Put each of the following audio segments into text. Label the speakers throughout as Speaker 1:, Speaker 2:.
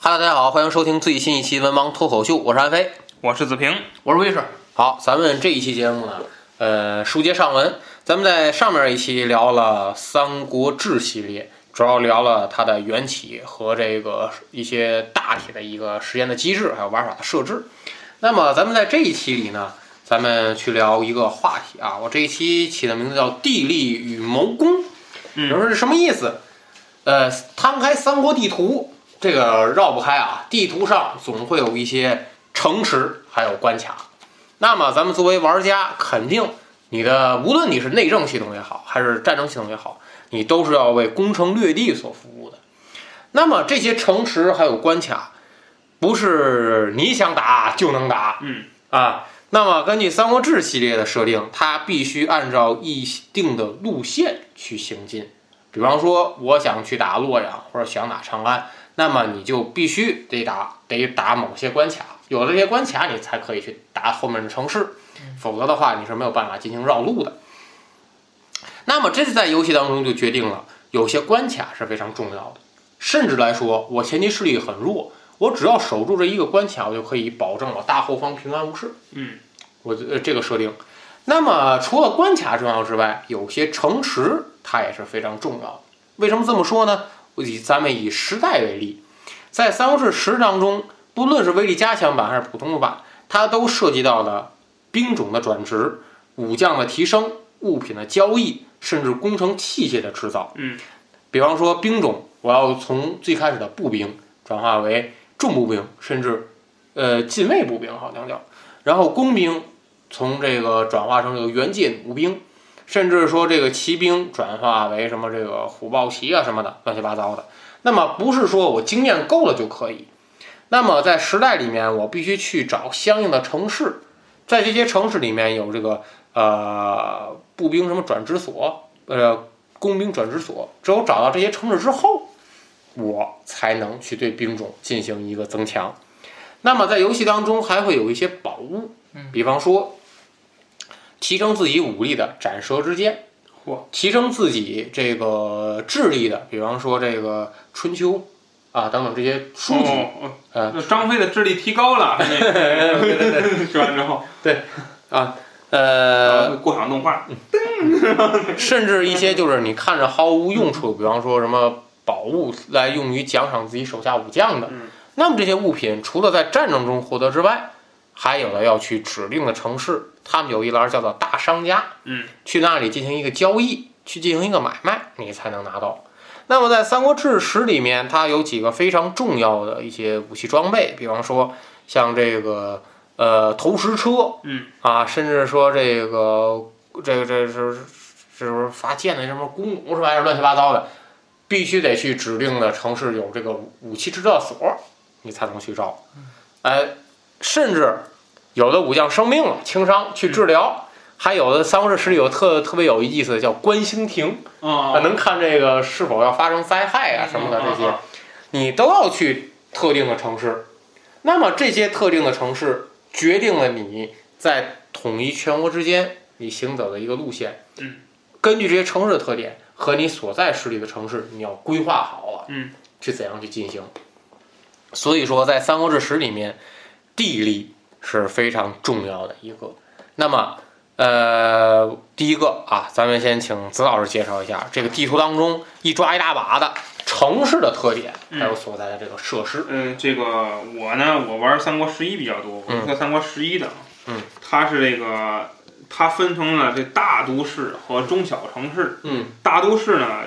Speaker 1: Hello，大家好，欢迎收听最新一期《文盲脱口秀》，我是安飞，
Speaker 2: 我是子平，
Speaker 3: 我是威士。
Speaker 1: 好，咱们这一期节目呢，呃，书接上文，咱们在上面一期聊了《三国志》系列，主要聊了它的缘起和这个一些大体的一个实验的机制，还有玩法的设置。那么咱们在这一期里呢，咱们去聊一个话题啊，我这一期起的名字叫“地利与谋攻”，
Speaker 3: 嗯
Speaker 1: 你说是什么意思？呃，摊开三国地图，这个绕不开啊，地图上总会有一些城池，还有关卡。那么，咱们作为玩家，肯定你的无论你是内政系统也好，还是战争系统也好，你都是要为攻城略地所服务的。那么这些城池还有关卡，不是你想打就能打，
Speaker 2: 嗯
Speaker 1: 啊。那么根据《三国志》系列的设定，它必须按照一定的路线去行进。比方说，我想去打洛阳或者想打长安，那么你就必须得打得打某些关卡，有了这些关卡，你才可以去打后面的城市，否则的话你是没有办法进行绕路的。那么这次在游戏当中就决定了，有些关卡是非常重要的，甚至来说，我前期势力很弱，我只要守住这一个关卡，我就可以保证我大后方平安无事。
Speaker 2: 嗯，
Speaker 1: 我觉得这个设定。那么除了关卡重要之外，有些城池它也是非常重要的。为什么这么说呢？我以咱们以时代为例，在《三国志十》当中，不论是威力加强版还是普通的版，它都涉及到了兵种的转职、武将的提升、物品的交易，甚至工程器械的制造。
Speaker 2: 嗯，
Speaker 1: 比方说兵种，我要从最开始的步兵转化为重步兵，甚至呃近卫步兵好像叫，然后工兵从这个转化成这个原界弩兵，甚至说这个骑兵转化为什么这个虎豹骑啊什么的，乱七八糟的。那么不是说我经验够了就可以，那么在时代里面，我必须去找相应的城市，在这些城市里面有这个呃步兵什么转职所，呃工兵转职所，只有找到这些城市之后，我才能去对兵种进行一个增强。那么在游戏当中还会有一些宝物，比方说提升自己武力的斩蛇之剑
Speaker 2: 嚯，
Speaker 1: 提升自己这个智力的，比方说这个春秋啊等等这些书籍。
Speaker 2: 哦
Speaker 1: 呃
Speaker 2: 那张飞的智力提高 了，那个吃完之后，
Speaker 1: 呃，
Speaker 2: 呃，过场动画，
Speaker 1: 甚至一些就是你看着毫无用处，比方说什么宝物来用于奖赏自己手下武将的
Speaker 2: 嗯，
Speaker 1: 那么这些物品除了在战争中获得之外，还有的要去指定的城市，他们有一栏叫做大商家，
Speaker 2: 嗯，
Speaker 1: 去那里进行一个交易，去进行一个买卖，你才能拿到。那么在《三国志十》里面，它有几个非常重要的一些武器装备，比方说像这个呃投石车，
Speaker 2: 嗯
Speaker 1: 啊，甚至说这个这个这是是不是发箭的什么弓弩什么玩意儿乱七八糟的，必须得去指定的城市有这个武器制造所，你才能去招。呃，甚至有的武将生病了，轻伤去治疗，还有的三国志十里有特特别有意思的叫观星亭，
Speaker 2: 哦
Speaker 1: 啊，能看这个是否要发生灾害
Speaker 2: 嗯
Speaker 1: 啊什么的这些，你都要去特定的城市。那么这些特定的城市决定了你在统一全国之间你行走的一个路线。
Speaker 2: 嗯，
Speaker 1: 根据这些城市的特点和你所在势力的城市，你要规划好了，
Speaker 2: 嗯，
Speaker 1: 去怎样去进行。所以说，在《三国志十》里面，地利是非常重要的一个。那么，呃，第一个啊，咱们先请子老师介绍一下这个地图当中一抓一大把的城城市的特点，
Speaker 3: 嗯
Speaker 1: 还有所在的这个设施。
Speaker 3: 嗯，这个我呢，我玩三国十一比较多，我是个三国十一的。
Speaker 1: 嗯，
Speaker 3: 它是这个，它分成了这大都市和中小城市。
Speaker 1: 嗯
Speaker 3: 大都市呢，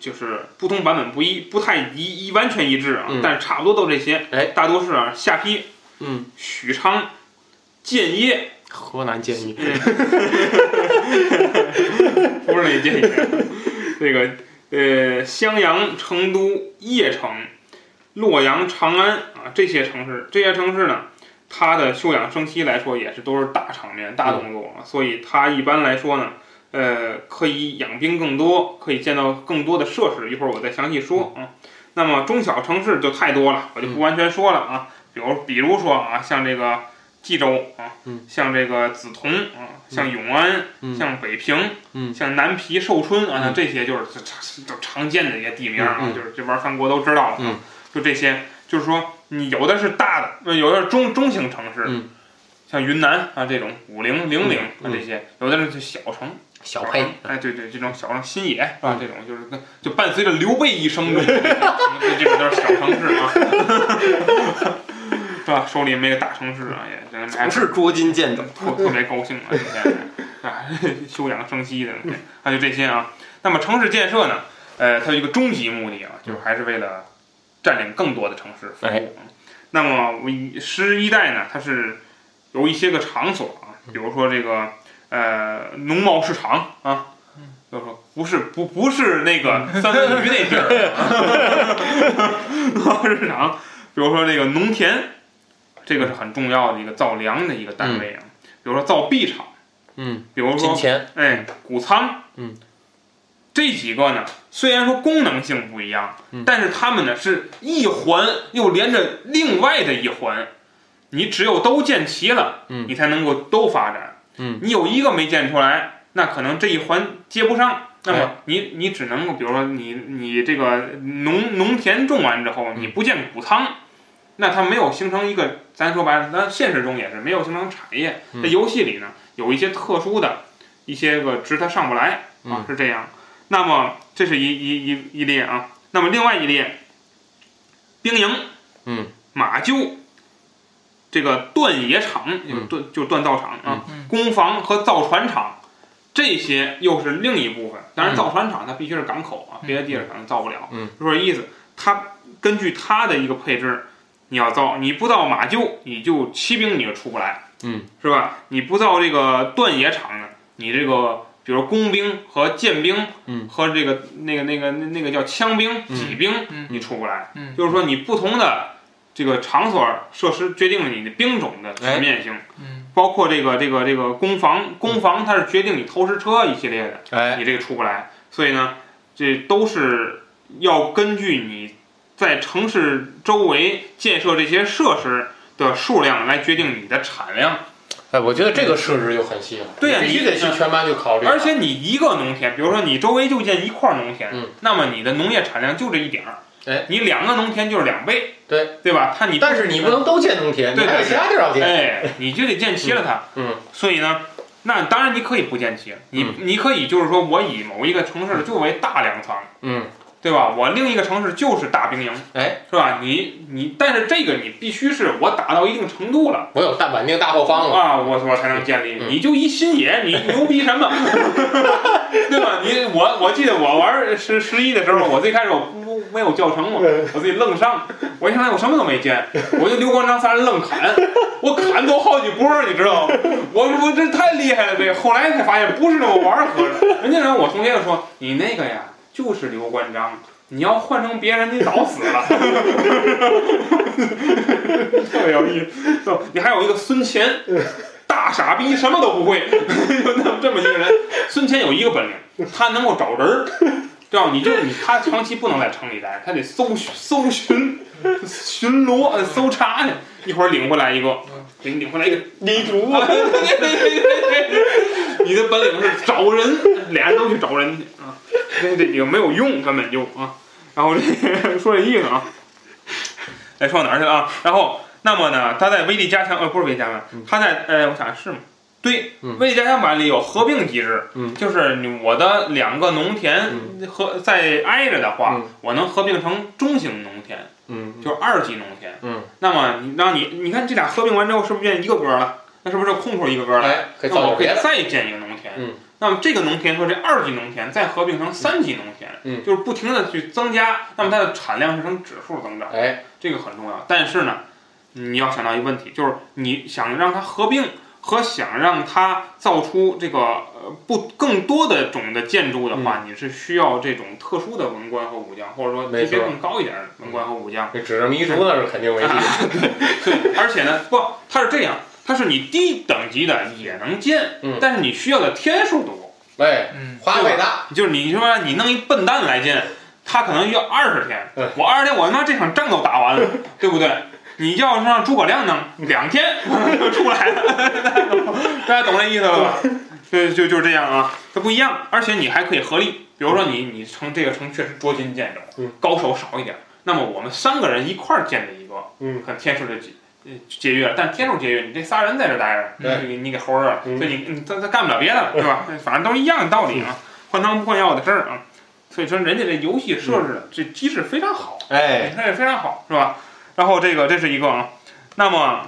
Speaker 3: 就是不同版本不一，不太一一完全一致啊，
Speaker 1: 嗯
Speaker 3: 但是差不多都这些。
Speaker 1: 哎
Speaker 3: 大都市啊，下邳、
Speaker 1: 嗯，
Speaker 3: 许昌、建业，
Speaker 1: 河南建议，
Speaker 3: 嗯 不是那建议，那个呃，襄阳、成都、邺城、洛阳、长安啊，这些城市，这些城市呢，它的休养生息来说也是都是大场面、大动作，啊，所以它一般来说呢，呃，可以养兵更多，可以见到更多的设施。一会儿我再详细说啊。那么中小城市就太多了，我就不完全说了啊。比如，比如说啊，像这个冀州啊，
Speaker 1: 嗯
Speaker 3: 像这个梓潼啊，像永安，
Speaker 1: 嗯
Speaker 3: 像北平，
Speaker 1: 嗯
Speaker 3: 像南皮、寿春啊，
Speaker 1: 嗯
Speaker 3: 这些就是这这都常见的一些地名啊，
Speaker 1: 嗯嗯
Speaker 3: 就是这玩三国都知道了啊，
Speaker 1: 嗯
Speaker 3: 就这些，就是说你有的是大的，呃有的是中中型城市，
Speaker 1: 嗯
Speaker 3: 像云南啊这种五陵、零陵啊
Speaker 1: 嗯嗯
Speaker 3: 这些，有的是小城，
Speaker 1: 小沛
Speaker 3: 城，哎，对对，这种小城新野是吧
Speaker 1: 嗯？
Speaker 3: 这种就是跟就伴随着刘备一生中， 这这种都是小城市啊， 是吧？手里没个大城市啊，也真
Speaker 1: 不是捉襟见肘。
Speaker 3: 特特别高兴啊，这天啊， 休养生息的，啊，就这些啊。那么城市建设呢，呃，它有一个终极目的啊，就是还是为了占领更多的城市服务。啊
Speaker 1: 哎
Speaker 3: 那么我一十一代呢，它是由一些个场所啊，比如说这个呃农贸市场啊。就是说不是不不是那个三文鱼那地儿啊，农贸市场，比如说这个农田，这个是很重要的一个造粮的一个单位啊，比如说造币厂，
Speaker 1: 嗯，
Speaker 3: 比如
Speaker 1: 金
Speaker 3: 说
Speaker 1: 钱，
Speaker 3: 哎谷仓，
Speaker 1: 嗯，
Speaker 3: 这几个呢，虽然说功能性不一样，
Speaker 1: 嗯
Speaker 3: 但是它们呢是一环又连着另外的一环，你只有都建齐了，
Speaker 1: 嗯
Speaker 3: 你才能够都发展，
Speaker 1: 嗯，
Speaker 3: 你有一个没建出来，那可能这一环接不上。那
Speaker 1: 哎
Speaker 3: 么你你只能够，比如说你你这个农农田种完之后，
Speaker 1: 嗯
Speaker 3: 你不建谷仓，那它没有形成一个，咱说白了，咱现实中也是没有形成产业。
Speaker 1: 嗯
Speaker 3: 在游戏里呢，有一些特殊的一些个值它上不来啊
Speaker 1: 嗯，
Speaker 3: 是这样。那么这是一一一一列啊，那么另外一列，兵营，
Speaker 1: 嗯，
Speaker 3: 马厩，这个锻冶厂，
Speaker 1: 嗯
Speaker 3: 就是锻就是锻造厂啊，
Speaker 2: 嗯
Speaker 3: 工房和造船厂。这些又是另一部分，当然
Speaker 1: 嗯
Speaker 3: 造船厂它必须是港口啊，
Speaker 2: 嗯
Speaker 3: 别的地儿可能造不了。
Speaker 1: 嗯，
Speaker 3: 就说意思，它根据它的一个配置，你要造，你不造马厩，你就骑兵你就出不来，
Speaker 1: 嗯，
Speaker 3: 是吧？你不造这个锻冶厂呢，你这个比如工兵和剑兵，
Speaker 1: 嗯，
Speaker 3: 和这个那个那个那那个叫枪兵、
Speaker 1: 嗯
Speaker 3: 戟兵，
Speaker 2: 嗯
Speaker 3: 你出不来。
Speaker 2: 嗯
Speaker 3: 就是说你不同的这个场所设施决定了你的兵种的全面
Speaker 1: 哎
Speaker 3: 性，
Speaker 2: 嗯
Speaker 3: 包括这个这个这个攻防，攻防它是决定你投石车一系列的。
Speaker 1: 嗯哎，
Speaker 3: 你这个出不来。所以呢，这都是要根据你在城市周围建设这些设施的数量来决定你的产量。
Speaker 1: 哎，我觉得这个设置就很稀罕，
Speaker 3: 对呀啊嗯
Speaker 1: 你必须得去全班去考虑。
Speaker 3: 而且你一个农田，比如说你周围就建一块儿农田，
Speaker 1: 嗯
Speaker 3: 那么你的农业产量就这一点儿。
Speaker 1: 哎
Speaker 3: 你两个农田就是两倍，
Speaker 1: 对
Speaker 3: 对吧？它你
Speaker 1: 但是你不能都建农田，你
Speaker 3: 对对
Speaker 1: 还有其他地儿要建。
Speaker 3: 哎，你就得建齐了它。
Speaker 1: 嗯
Speaker 3: 所以呢，那当然你可以不建齐，你、
Speaker 1: 嗯
Speaker 3: 你可以就是说我以某一个城市就为大粮仓，
Speaker 1: 嗯，
Speaker 3: 对吧？我另一个城市就是大兵营，
Speaker 1: 哎，
Speaker 3: 是吧？你你，但是这个你必须是我打到一定程度了
Speaker 1: 我有大板定大后方了。
Speaker 3: 啊，我我才能建立。
Speaker 1: 嗯
Speaker 3: 你就一新野，你牛逼 什么？对吧？你我我记得我玩十十一的时候，我最开始我不不没有教程嘛，我自己愣上，我一上来哎我什么都没见，我就刘关张三人愣 砍，我砍都好几波儿，你知道吗？我我这太厉害了，这后来才发现不是那么玩儿合着。人家让我同学就说你那个呀，就是刘关张。你要换成别人，你早死了。 特别有意思。哦你还有一个孙乾，大傻逼，什么都不会， 就那么这么一个人。孙乾有一个本领，他能够找人儿，知道吗你就你他长期不能在城里待，他得搜寻搜寻巡逻呃搜查去。一会儿领回来一个，领领回来一个
Speaker 1: 李主
Speaker 3: 啊对对对对对 你的本领是找人，俩人都去找人去啊，这这个没有用，根本就啊。然后这说这意思啊，哎，说到哪儿去了啊？然后那么呢，他在威力加强，呃，不是威力加强，他在呃，我想是吗？对，
Speaker 1: 嗯
Speaker 3: 魏家乡版里有合并机制，
Speaker 1: 嗯
Speaker 3: 就是你我的两个农田
Speaker 1: 嗯
Speaker 3: 合在挨着的话，
Speaker 1: 嗯
Speaker 3: 我能合并成中型农田，
Speaker 1: 嗯
Speaker 3: 就是二级农田。
Speaker 1: 嗯，
Speaker 3: 那么你让你你看这俩合并完之后，是不是变一个歌了？那是不是空出一个歌来？
Speaker 1: 哎，可以
Speaker 3: 那我
Speaker 1: 造点
Speaker 3: 可以
Speaker 1: 别的，
Speaker 3: 再建一个农田。
Speaker 1: 嗯
Speaker 3: 那么这个农田和这二级农田再合并成三级农田，
Speaker 1: 嗯
Speaker 3: 就是不停的去增加，那么它的产量是呈指数增长。
Speaker 1: 哎，
Speaker 3: 这个很重要。但是呢，你要想到一个问题，就是你想让它合并和想让它造出这个呃不更多的种的建筑的话，你是需要这种特殊的文官和武将，或者说
Speaker 1: 嗯没
Speaker 3: 级别
Speaker 1: 错
Speaker 3: 更高一点的文官和武将。
Speaker 1: 这指着迷途那是肯 定没戏。
Speaker 3: 而且呢，不，它是这样，它是你低等级的也能建，
Speaker 1: 嗯
Speaker 3: 但是你需要的天数多，
Speaker 1: 哎，
Speaker 2: 嗯，
Speaker 1: 花费大，
Speaker 3: 就是你说你弄一笨蛋来建，他可能要二十天
Speaker 1: 嗯，
Speaker 3: 我二十天我他妈这场仗都打完 了，对不对？你要是让诸葛亮弄，两 天就出来了，大家懂这意思了吧？对，就就是这样啊，它不一样，而且你还可以合力，比如说你你城这个城确实捉襟见肘
Speaker 1: 嗯，
Speaker 3: 高手少一点，那么我们三个人一块儿建的一个，
Speaker 1: 嗯，
Speaker 3: 看天数就节呃节约了，但天数节约，你这仨人在这待着，
Speaker 1: 对
Speaker 3: 你你给齁着了，
Speaker 1: 嗯
Speaker 3: 所以你你他他干不了别的了，对吧？反正都是一样的道理啊，换汤不换药的事儿啊。所以说，人家这游戏设
Speaker 1: 嗯
Speaker 3: 置的这机制非常好，
Speaker 1: 哎，
Speaker 3: 它也非常好，是吧？然后这个这是一个啊，那么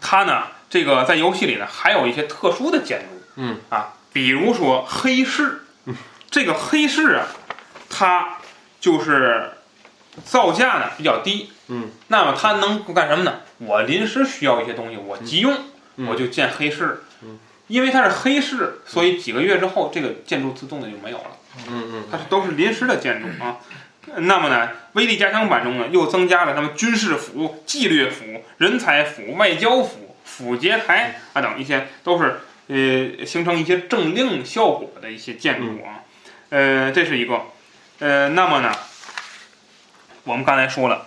Speaker 3: 它呢，这个在游戏里呢还有一些特殊的建筑，
Speaker 1: 嗯
Speaker 3: 啊，比如说黑市，这个黑市啊，它就是造价呢比较低，
Speaker 1: 嗯，
Speaker 3: 那么它能干什么呢？我临时需要一些东西，我急用，
Speaker 1: 嗯
Speaker 3: 我就建黑市，
Speaker 1: 嗯
Speaker 3: 因为它是黑市，所以几个月之后这个建筑自动的就没有了。
Speaker 1: 嗯
Speaker 3: 它
Speaker 1: 嗯，
Speaker 3: 是都是临时的建筑啊。那么呢，威力加强版中呢，又增加了他们军事府、纪律府、人才府、外交府、府节台啊等一些，都是呃形成一些政令效果的一些建筑啊。呃，这是一个。呃，那么呢，我们刚才说了，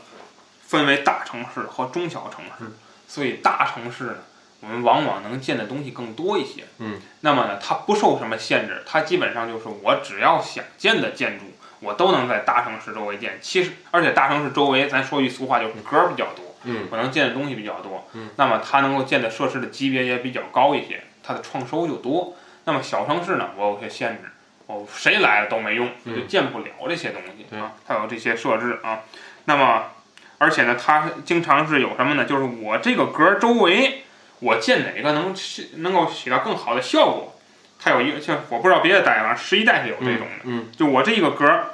Speaker 3: 分为大城市和中小城市，所以大城市呢，我们往往能见的东西更多一些。那么呢，它不受什么限制，它基本上就是我只要想建的建筑，我都能在大城市周围建。其实，而且大城市周围，咱说句俗话，就是格儿比较多，
Speaker 1: 嗯
Speaker 3: 我能建的东西比较多。
Speaker 1: 嗯
Speaker 3: 那么它能够建的设施的级别也比较高一些，它的创收就多。那么小城市呢，我有些限制，我谁来了都没用，
Speaker 1: 嗯
Speaker 3: 就建不了这些东西、
Speaker 1: 对
Speaker 3: 啊。它有这些设置啊。那么，而且呢，它经常是有什么呢？就是我这个格儿周围，我建哪个能起能够起到更好的效果？它有一个像我不知道别的代啊，十一代是有这种的。
Speaker 1: 嗯
Speaker 3: 就我这一个格儿，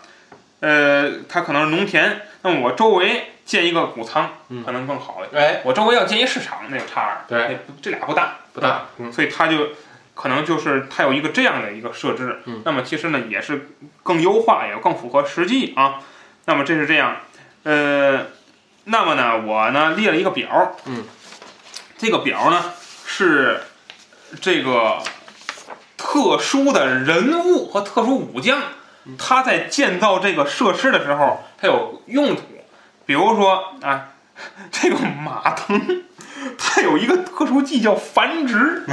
Speaker 3: 呃，它可能是农田，那么我周围建一个谷仓
Speaker 1: 嗯，
Speaker 3: 可能更好一点。
Speaker 1: 嗯，哎，
Speaker 3: 我周围要建一市场，那就差了。
Speaker 1: 对
Speaker 3: 那不，这俩不搭，
Speaker 1: 不大，嗯
Speaker 3: 所以它就可能就是它有一个这样的一个设置。
Speaker 1: 嗯
Speaker 3: 那么其实呢，也是更优化，也更符合实际啊。那么这是这样，呃，那么呢，我呢列了一个表，
Speaker 1: 嗯，
Speaker 3: 这个表呢是这个特殊的人物和特殊武将，他在建造这个设施的时候，它有用途，比如说啊， 这个马腾。 它有一个特殊技叫繁殖，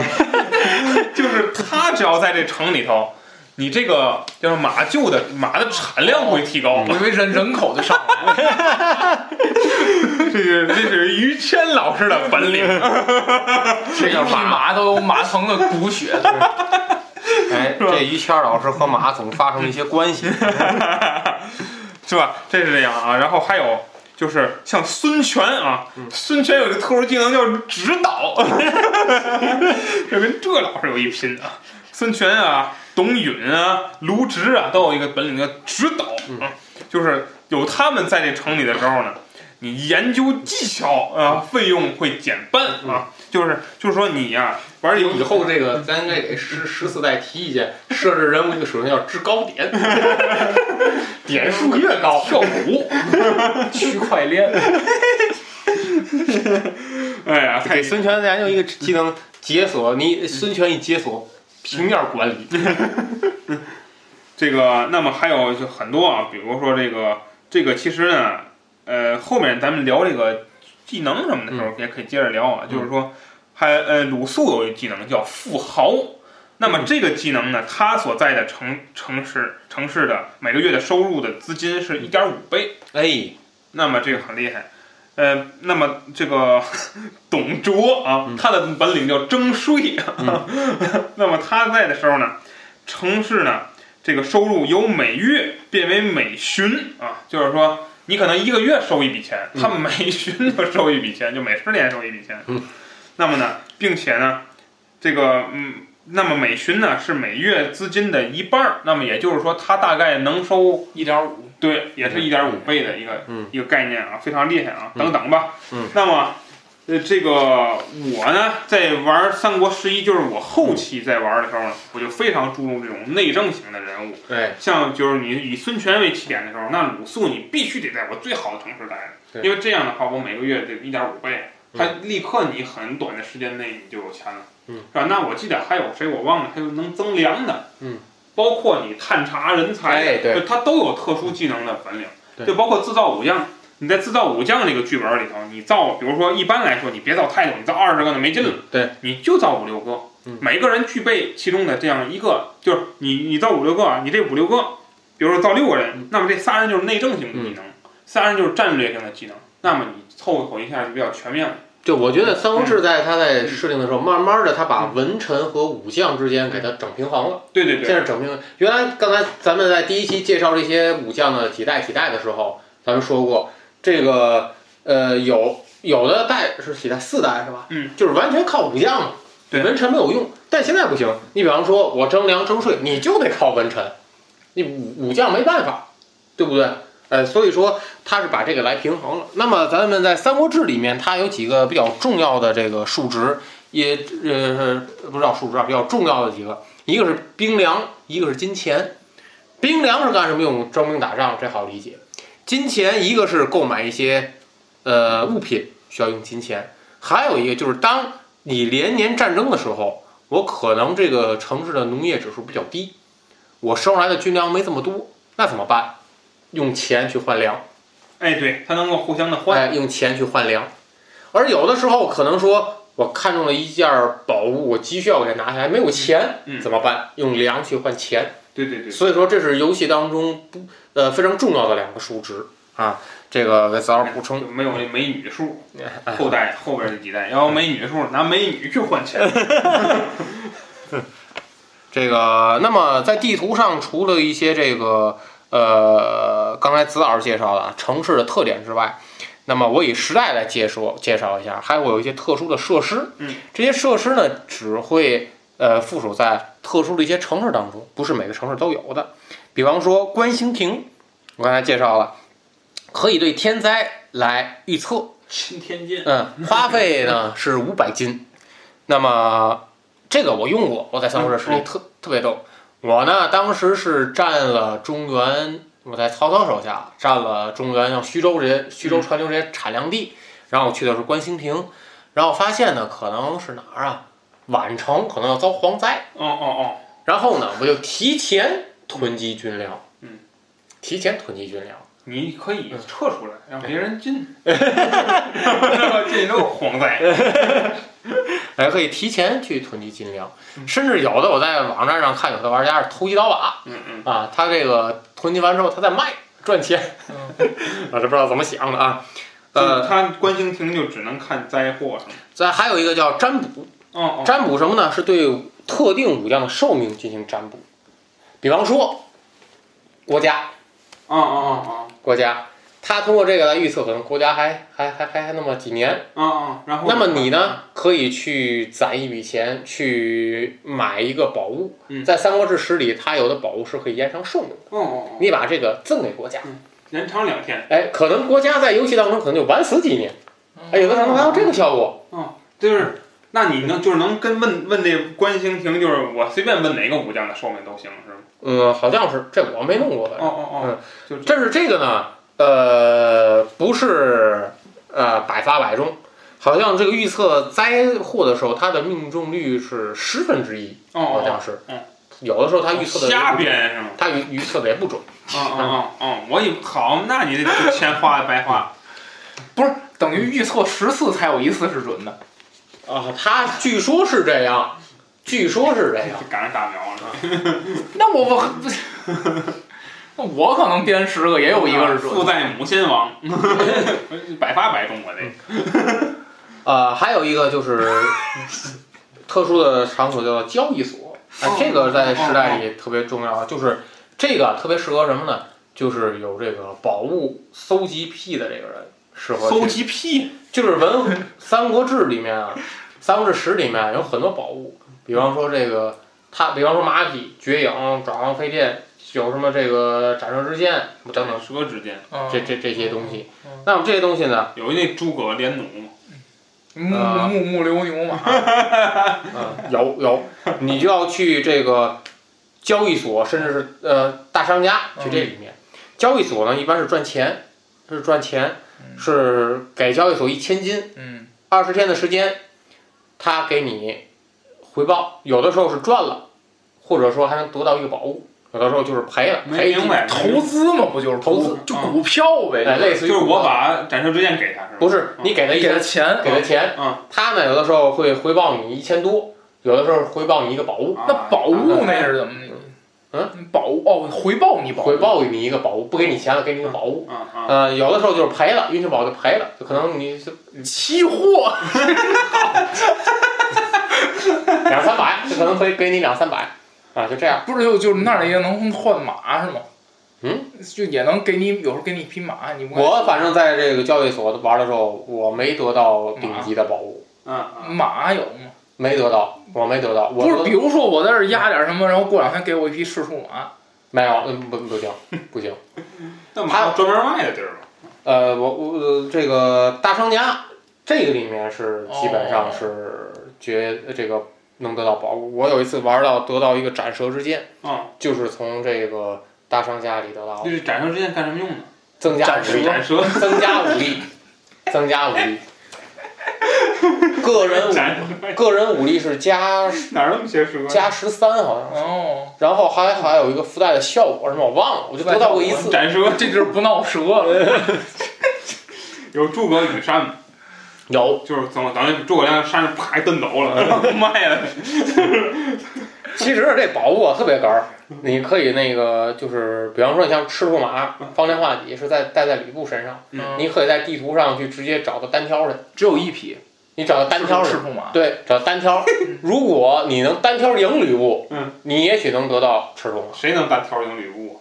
Speaker 3: 就是它只要在这城里头，你这个就是马厩的马的产量会提高，
Speaker 4: 嗯
Speaker 2: 我以为人人口就上来 了，
Speaker 3: 这是这是于谦老师的本领。
Speaker 2: 这个马都有马腾的骨血，
Speaker 1: 哎，这于谦老师和马总发生了一些关系，
Speaker 3: 是吧？这是这样啊。然后还有就是像孙权啊，
Speaker 1: 嗯
Speaker 3: 孙权有一个特殊技能叫指导， 这跟这老师有一拼啊。孙权啊，董允啊，卢植啊，都有一个本领叫指导
Speaker 1: 嗯
Speaker 3: 啊，就是有他们在这城里的时候呢。你研究技巧啊，费用会减半啊，就是就是说你呀、玩游戏
Speaker 1: 嗯以后这个咱应该给十十四代提意见，设置人物这个水平要制高点， 点数越高，跳舞，区块链。
Speaker 3: 哎呀，太
Speaker 1: 给孙权研究一个技能解锁，你孙权一解锁，平面管理，
Speaker 3: 这个，那么还有就很多啊，比如说这个，这个其实呢，呃，后面咱们聊这个技能什么的时候，也可以接着聊啊。就是说，还呃，鲁肃有一技能叫富豪。那么这个技能呢，他所在的城城市城市的每个月的收入的资金是一点五倍，
Speaker 1: 哎，
Speaker 3: 那么这个很厉害。呃，那么这个 董卓啊，
Speaker 1: 嗯
Speaker 3: 他的本领叫征税。啊 那么他在的时候呢，城市呢，这个收入由每月变为每旬啊，就是说你可能一个月收一笔钱，
Speaker 1: 嗯
Speaker 3: 他每 旬就收一笔钱，就每十年收一笔钱。
Speaker 1: 嗯
Speaker 3: 那么呢，并且呢，这个嗯，那么每旬呢是每月资金的一半儿，那么也就是说，他大概能收
Speaker 1: 一点五，
Speaker 3: 对，也是一点五倍的一个、
Speaker 1: 嗯
Speaker 3: 一个概念啊，非常厉害啊，
Speaker 1: 嗯
Speaker 3: 等等吧。
Speaker 1: 嗯
Speaker 3: 那么，呃，这个我呢，在玩《三国十一》，就是我后期在玩的时候呢，我就非常注重这种内政型的人物，
Speaker 1: 哎，
Speaker 3: 像就是你以孙权为起点的时候，那鲁肃你必须得在我最好的城市待着，
Speaker 1: 对
Speaker 3: 因为这样的话，我每个月得一点五倍，他立刻你很短的时间内你就有钱了，
Speaker 1: 嗯
Speaker 3: 是吧？那我记得还有谁我忘了，还有能增粮的，
Speaker 1: 嗯，
Speaker 3: 包括你探查人才的，
Speaker 1: 哎对
Speaker 3: 就他都有特殊技能的本领，
Speaker 1: 对
Speaker 3: 就包括制造武将。你在制造武将这个剧本里头，你造，比如说一般来说，你别造太多，你造二十个就没劲了。
Speaker 1: 嗯对，
Speaker 3: 你就造五六个，
Speaker 1: 嗯
Speaker 3: 每个人具备其中的这样一个，就是你你造五六个，啊你这五六个，比如说造六个
Speaker 1: 嗯
Speaker 3: 人，那么这仨人就是内政型的技能，仨人就是战略性的技能，那么你凑合一下就比较全面了。
Speaker 1: 就我觉得三国志在他在设定的时候，慢慢的他把文臣和武将之间给他整平衡了，
Speaker 3: 对对
Speaker 1: 现
Speaker 3: 对，
Speaker 1: 在整平衡。原来刚才咱们在第一期介绍这些武将的几代几代的时候，咱们说过这个呃有有的代是几代四代是吧？
Speaker 3: 嗯，
Speaker 1: 就是完全靠武将嘛，
Speaker 3: 对
Speaker 1: 文臣没有用。但现在不行，你比方说我征粮征税，你就得靠文臣，你武武将没办法，对不对？呃，所以说他是把这个来平衡了。那么咱们在《三国志》里面，它有几个比较重要的这个数值，也呃不知道数值啊，比较重要的几个，一个是兵粮，一个是金钱。兵粮是干什么用？征兵打仗，这好理解。金钱一个是购买一些呃物品需要用金钱，还有一个就是当你连年战争的时候，我可能这个城市的农业指数比较低，我收上来的军粮没这么多，那怎么办？用钱去换粮。
Speaker 3: 哎对，它能够互相的换，
Speaker 1: 哎，用钱去换粮。而有的时候可能说，我看中了一件宝物，我急需要给它拿下来，没有钱，
Speaker 3: 嗯
Speaker 1: 怎么办？用粮去换钱。
Speaker 3: 对对对，
Speaker 1: 所以说，这是游戏当中不呃非常重要的两个数值啊。这个给早点补充
Speaker 3: 就。没有那美女 数，后代后边这几代要有美女
Speaker 1: 嗯
Speaker 3: 数，拿美女去换钱，
Speaker 1: 这个，那么在地图上，除了一些这个呃，刚才子老师介绍的啊城市的特点之外，那么我以时代来介绍介绍一下，还会有一些特殊的设施。
Speaker 3: 嗯，
Speaker 1: 这些设施呢，只会呃附属在特殊的一些城市当中，不是每个城市都有的。比方说观星亭，我刚才介绍了，可以对天灾来预测。
Speaker 3: 新天剑，
Speaker 1: 嗯，花费呢是五百金。那么这个我用过，我在三国志
Speaker 3: 嗯
Speaker 1: 里
Speaker 3: 嗯
Speaker 1: 特、特别逗。我呢当时是占了中原，我在曹操手下占了中原，像徐州这些徐州、
Speaker 3: 嗯
Speaker 1: 川流这些产粮地。然后我去的是观星亭，然后发现呢可能是哪儿啊，宛城可能要遭蝗灾，
Speaker 3: 哦哦
Speaker 1: 然后呢我就提前囤积军粮，
Speaker 3: 嗯，
Speaker 1: 提前囤积军粮。
Speaker 3: 哦，你可以撤出来，
Speaker 1: 哎
Speaker 3: 让别人 进， 让进都是蝗灾，
Speaker 1: 哎，可以提前去囤积金粮，甚至有的我在网站上看，有的玩家是投机倒把
Speaker 3: 嗯嗯，
Speaker 1: 啊，他这个囤积完之后他再卖赚钱， 啊，这不知道怎么想的啊。
Speaker 3: 就是
Speaker 1: 呃，
Speaker 3: 他观星亭就只能看灾祸什么的，
Speaker 1: 再还有一个叫占卜，
Speaker 3: 哦哦。
Speaker 1: 占卜什么呢？是对特定武将的寿命进行占卜，比方说国家，
Speaker 3: 啊啊
Speaker 1: 国家，他通过这个来预测可能国家还还还还还那么几年，
Speaker 3: 啊啊啊！然后
Speaker 1: 那么你呢，可以去攒一笔钱去买一个宝物。
Speaker 3: 嗯
Speaker 1: 在《三国志十》里，它有的宝物是可以延长寿命的。
Speaker 3: 哦？哦哦，
Speaker 1: 你把这个赠给国家，
Speaker 3: 延长两天，
Speaker 1: 哎，可能国家在游戏当中可能就晚死几年，
Speaker 3: 嗯
Speaker 1: 哎，有的可能还有这个效果。
Speaker 3: 就是那你能就是能跟问问这观星亭，就是我随便问哪个武将的寿命都行，是吗？
Speaker 1: 嗯，好像是这我没弄过，反
Speaker 3: 哦
Speaker 1: 正。
Speaker 3: 哦哦，就
Speaker 1: 但是这个呢，呃，不是呃百发百中，好像这个预测灾祸的时候，它的命中率是十分之一，
Speaker 3: 哦
Speaker 1: 好
Speaker 3: 哦
Speaker 1: 像是
Speaker 3: 嗯。
Speaker 1: 有的时候它
Speaker 3: 哦，
Speaker 1: 预测的
Speaker 3: 瞎编是吗？
Speaker 1: 它预预测的也不准。
Speaker 3: 哦哦哦哦，我以好，那你这钱花的白花。
Speaker 4: 不是等于预测十次才有一次是准的。
Speaker 1: 啊，他据说是这样，据说是这样
Speaker 3: 就。赶上打苗了，
Speaker 4: 那我我那我可能编十个，也有一个是准
Speaker 3: 父
Speaker 4: 的。
Speaker 3: 在母亲 亡，百发百中我
Speaker 1: 嗯
Speaker 3: 这。
Speaker 1: 呃，还有一个就是 特殊的场所叫交易所，哎、
Speaker 3: 哦
Speaker 1: 这个在时代里特别重要，就是这个特别适合什么呢？就是有这个宝物搜集癖的这个人适合去
Speaker 3: 搜集癖，
Speaker 1: 就是文 《三国志》里面啊，《三国志十》里面有很多宝物，比方说这个他，比方说马匹、绝影、爪王飞剑，有什么这个斩蛇之剑等等，
Speaker 3: 蛇之间
Speaker 4: 嗯
Speaker 1: 这这这些东西
Speaker 3: 哦
Speaker 4: 嗯嗯。
Speaker 1: 那么这些东西呢，
Speaker 3: 有一那诸葛连弩嘛，
Speaker 4: 木
Speaker 1: 啊
Speaker 4: 木木流牛马，
Speaker 1: 嗯，有有，你就要去这个交易所，甚至是呃大商家去这里面。交易所呢，一般是赚钱，是赚钱，是给交易所一千金，
Speaker 4: 嗯，
Speaker 1: 二十天的时间，他给你回报，有的时候是赚了，或者说还能得到一个宝物，有的时候就是赔了，
Speaker 3: 没
Speaker 1: 赔
Speaker 3: 明白。
Speaker 4: 投资嘛，不就是
Speaker 1: 投资
Speaker 4: 股就股票呗，
Speaker 1: 哎，类
Speaker 3: 就
Speaker 1: 似于
Speaker 3: 是我把斩蛇之剑给他是吧？
Speaker 1: 不是
Speaker 3: 嗯
Speaker 1: 你给他一
Speaker 4: 给
Speaker 1: 千
Speaker 4: 他，钱，
Speaker 1: 给他钱，
Speaker 3: 嗯，
Speaker 1: 他呢有的时候会回报你一千多，有的时候回报你一个宝物，
Speaker 3: 啊
Speaker 4: 那宝物那是怎么？
Speaker 1: 嗯，
Speaker 4: 宝物哦，回报你宝物
Speaker 1: 回报你一个宝物，不给你钱了，给你一个宝物。
Speaker 3: 啊啊，
Speaker 1: 呃，有的时候就是赔了，运气不好就赔了，就可能你是
Speaker 4: 期货，
Speaker 1: 两三 百，就可能会给你两三百，啊，就这样。
Speaker 4: 不是就就是那儿也能换马是吗？
Speaker 1: 嗯，
Speaker 4: 就也能给你有时候给你一匹马，你不敢
Speaker 1: 我反正在这个交易所玩的时候，我没得到顶级的宝物，
Speaker 3: 嗯嗯，
Speaker 4: 马有吗？
Speaker 1: 没得到，我没得到，我
Speaker 4: 不是，
Speaker 1: 得
Speaker 4: 比如说我在这儿压点什么，然后过两天给我一匹赤兔马，
Speaker 1: 没有，嗯，不 不行，不行。
Speaker 3: 那马有专门卖的地儿吧？
Speaker 1: 呃，我我呃这个大商家这个里面是基本上
Speaker 4: 哦
Speaker 1: 是绝这个能得到宝物。我有一次玩到得到一个斩蛇之剑，
Speaker 3: 嗯，
Speaker 1: 就是从这个大商家里得到
Speaker 3: 就
Speaker 1: 的，
Speaker 3: 是斩蛇之剑干什么用的？
Speaker 1: 增加
Speaker 4: 斩
Speaker 1: 武力，
Speaker 3: 斩蛇，
Speaker 1: 增加武力，增加武力。个人武
Speaker 3: 斩
Speaker 1: 个人武力是加
Speaker 3: 哪儿那么些蛇？
Speaker 1: 加十三好像是，
Speaker 4: 哦，
Speaker 1: 然后还还有一个附带的效果什么我忘了，我就得到过一次。
Speaker 3: 斩蛇
Speaker 4: 这就是不闹蛇了。
Speaker 3: 有诸葛羽扇嘛，
Speaker 1: 有
Speaker 3: 就是怎么等于诸葛亮扇着啪一蹬走了，然后卖了。
Speaker 1: 其实这宝物啊特别哏儿，你可以那个就是，比方说你像赤兔马、方天画戟是在戴在吕布身上，
Speaker 3: 嗯
Speaker 1: 你可以在地图上去直接找到单挑去，
Speaker 4: 只有一匹
Speaker 1: 你找到单挑
Speaker 4: 赤
Speaker 1: 去，
Speaker 4: 兔马，
Speaker 1: 对，找单挑。如果你能单挑赢吕布，
Speaker 3: 嗯，
Speaker 1: 你也许能得到赤兔马，
Speaker 3: 谁能单挑赢吕布？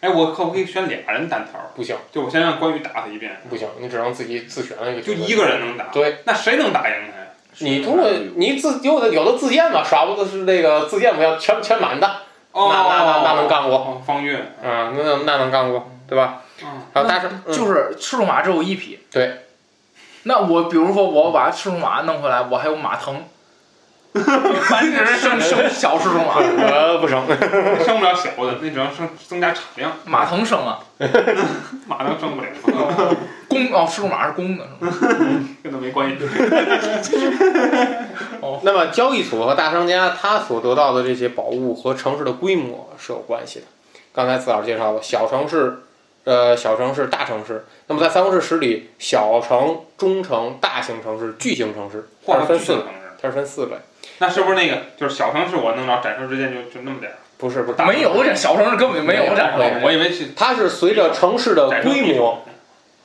Speaker 3: 哎，我可不可以选俩人单挑？
Speaker 1: 不行
Speaker 3: 就我先让关羽打他一遍，
Speaker 1: 不行，你只能自己自选了一个
Speaker 3: 就
Speaker 1: 角色
Speaker 3: 一个人能打。
Speaker 1: 对，
Speaker 3: 那谁能打赢他呀？
Speaker 1: 你通过你自有的有的自荐嘛，耍不的是那个自荐不要全全满的，
Speaker 3: 哦，
Speaker 1: 那那那那能干过
Speaker 3: 哦，方悦，
Speaker 1: 啊，那那能干过，对吧？
Speaker 3: 嗯，
Speaker 1: 还有大圣，嗯
Speaker 4: 就是赤兔马只有一匹。
Speaker 1: 对。
Speaker 4: 那我比如说我把赤兔马弄回来，我还有马 腾，繁殖生生小赤兔马，
Speaker 1: 呃不成，
Speaker 3: 生不了小的，那只能生增加产量，
Speaker 4: 马腾生啊，
Speaker 3: 马能生不了，
Speaker 4: 公哦，赤兔马是公的是吗？
Speaker 3: 跟他没关系。
Speaker 1: 那么交易所和大商家他所得到的这些宝物和城市的规模是有关系的。刚才自个儿介绍了小城市，呃，小城市、大城市。那么在三国志十里，小城、中城、大型城市、巨型城市，它
Speaker 3: 换
Speaker 1: 是
Speaker 3: 个
Speaker 1: 分
Speaker 3: 巨
Speaker 1: 四
Speaker 3: 型
Speaker 1: 类，
Speaker 3: 城市，
Speaker 1: 它是分四类。
Speaker 3: 那是不是那个就是小城市我能找斩蛇之剑就就那么点儿？
Speaker 1: 不是不是，大
Speaker 4: 没有，这小城市根本就没有
Speaker 1: 斩
Speaker 4: 这。
Speaker 1: 没蛇有
Speaker 3: 我以为是
Speaker 1: 它是随着城市的
Speaker 3: 斩蛇
Speaker 1: 规模，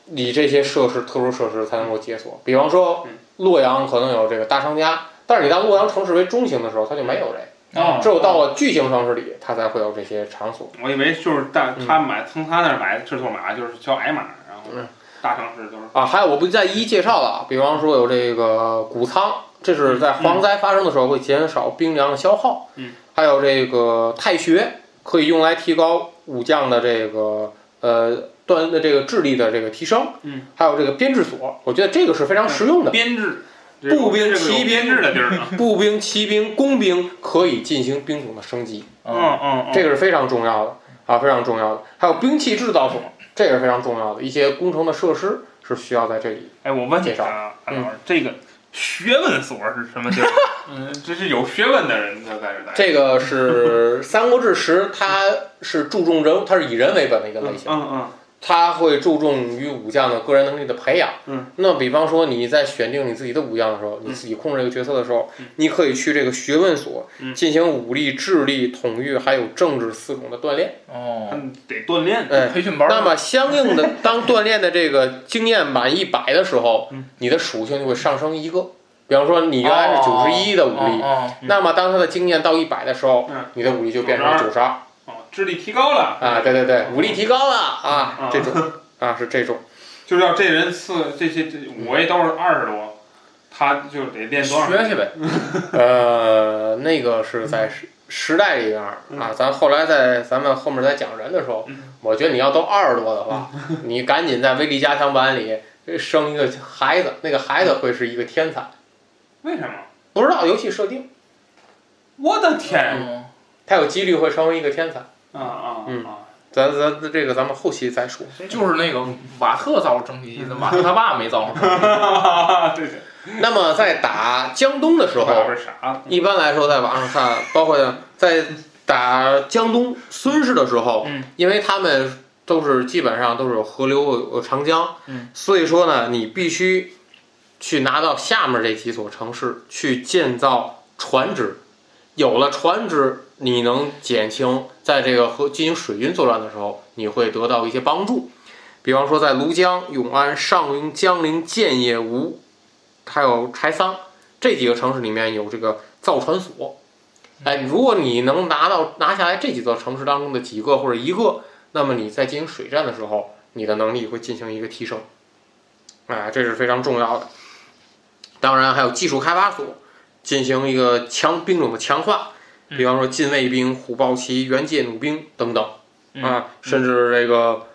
Speaker 1: 你这些设施、特殊设施才能够解锁。比方说
Speaker 3: 嗯
Speaker 1: 洛阳可能有这个大商家，但是你当洛阳城市为中型的时候，它就没有这个。
Speaker 4: 嗯
Speaker 3: 哦
Speaker 1: 只有到了巨型城市里，它才会有这些场所。
Speaker 3: 我以为就是大
Speaker 1: 嗯
Speaker 3: 他买从他那儿买的赤兔马就是叫矮马，然后
Speaker 1: 嗯
Speaker 3: 大城市就是
Speaker 1: 啊，还有我不再一一介绍了啊，比方说有这个谷仓，这是在蝗灾发生的时候会减少兵粮的消耗。
Speaker 3: 嗯，
Speaker 1: 还有这个太学，可以用来提高武将的这个呃锻的这个智力的这个提升。
Speaker 3: 嗯，
Speaker 1: 还有这个编制所，我觉得这个是非常实用的。
Speaker 3: 编制，
Speaker 1: 步兵
Speaker 3: 这个有
Speaker 1: 骑兵
Speaker 3: 编制的地儿呢。
Speaker 1: 步兵、骑兵、工兵可以进行兵种的升级，
Speaker 4: 嗯，
Speaker 3: 嗯嗯，
Speaker 1: 这个是非常重要的啊，非常重要的。还有兵器制造所，这也是非常重要的。一些工程的设施是需要在这里。
Speaker 3: 哎，我问你
Speaker 1: 介绍嗯
Speaker 3: 啊，安老师，这个学问所是什么 地儿？嗯，这是有学问的人才在这儿待。
Speaker 1: 这个是《三国志十》，它是注重人物，它是以人为本的一个类型。
Speaker 3: 嗯嗯，
Speaker 1: 他会注重于武将的个人能力的培养。
Speaker 3: 嗯，
Speaker 1: 那比方说你在选定你自己的武将的时候，
Speaker 3: 嗯
Speaker 1: 你自己控制这个角色的时候，
Speaker 3: 嗯
Speaker 1: 你可以去这个学问所
Speaker 3: 嗯
Speaker 1: 进行武力、智力、统御还有政治四种的锻炼。
Speaker 3: 他
Speaker 4: 哦，
Speaker 3: 们得锻炼。
Speaker 1: 哎，
Speaker 4: 培训班
Speaker 1: 嗯那
Speaker 4: 嗯儿
Speaker 1: 么相应的，当锻炼的这个经验满一百的时候
Speaker 3: 嗯，
Speaker 1: 你的属性就会上升一个。比方说，你原来是九十一的武力，
Speaker 4: 哦
Speaker 3: 嗯
Speaker 1: 那么当他的经验到一百的时候
Speaker 3: 嗯，
Speaker 1: 你的武力就变成九十二
Speaker 3: 哦，智力提高了
Speaker 1: 啊！对对对，武力提高了啊
Speaker 3: 嗯，
Speaker 1: 这种啊是这种。
Speaker 3: 就是要这人次这些这我也都是二十多，他就得练多少？
Speaker 4: 学去呗，
Speaker 1: 呃，那个是在时时代里边儿啊，咱后来在咱们后面再讲人的时候
Speaker 3: 嗯，
Speaker 1: 我觉得你要都二十多的话，你赶紧在威力加强版里生一个孩子，那个孩子会是一个天才。
Speaker 3: 为什么？
Speaker 1: 不知道游戏设定，
Speaker 3: 我的天！
Speaker 4: 嗯，
Speaker 1: 他有几率会成为一个天才。
Speaker 3: 啊啊
Speaker 1: 嗯
Speaker 3: 啊！
Speaker 1: 咱咱这个咱们后期再说。
Speaker 4: 就是那个瓦特造蒸汽机，那瓦特他爸没造出 来，
Speaker 3: 啊对对，
Speaker 1: 那么在打江东的时候，
Speaker 3: 我是啥？
Speaker 1: 一般来说在网上看，包括在打江东孙氏的时候，
Speaker 3: 嗯
Speaker 1: 因为他们都是基本上都是河流呃长江，
Speaker 3: 嗯
Speaker 1: 所以说呢，你必须去拿到下面这几所城市去建造船只，有了船只，你能减轻在这个河进行水军作战的时候，你会得到一些帮助。比方说，在庐江、永安、上庸、江陵、建业、吴，还有柴桑这几个城市里面有这个造船所。哎，如果你能拿到拿下来这几座城市当中的几个或者一个，那么你在进行水战的时候，你的能力会进行一个提升。哎，这是非常重要的。当然，还有技术开发所进行一个强兵种的强化，比方说禁卫兵、虎豹骑、原界弩兵等等啊，甚至这个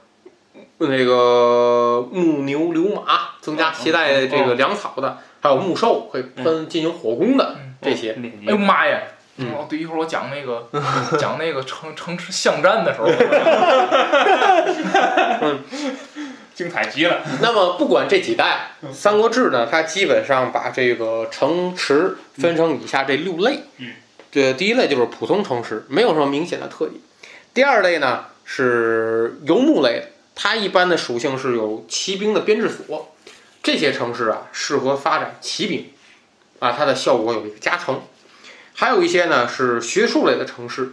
Speaker 1: 那个木牛流马，增加携带这个粮草的，还有木兽会喷进行火攻的
Speaker 4: 嗯
Speaker 1: 这些。
Speaker 4: 哎呦妈呀！
Speaker 1: 嗯
Speaker 4: 哦，对，一会儿我讲那 个讲那个城城池巷战的时候，
Speaker 3: 精彩极了！
Speaker 1: 那么不管这几代
Speaker 3: 嗯
Speaker 1: 《三国志》呢，它基本上把这个城池分成以下这六类。
Speaker 3: 嗯，
Speaker 1: 这第一类就是普通城池，没有什么明显的特点。第二类呢是游牧类的，它一般的属性是有骑兵的编制所，这些城市啊适合发展骑兵，啊，它的效果有一个加成。还有一些呢是学术类的城市，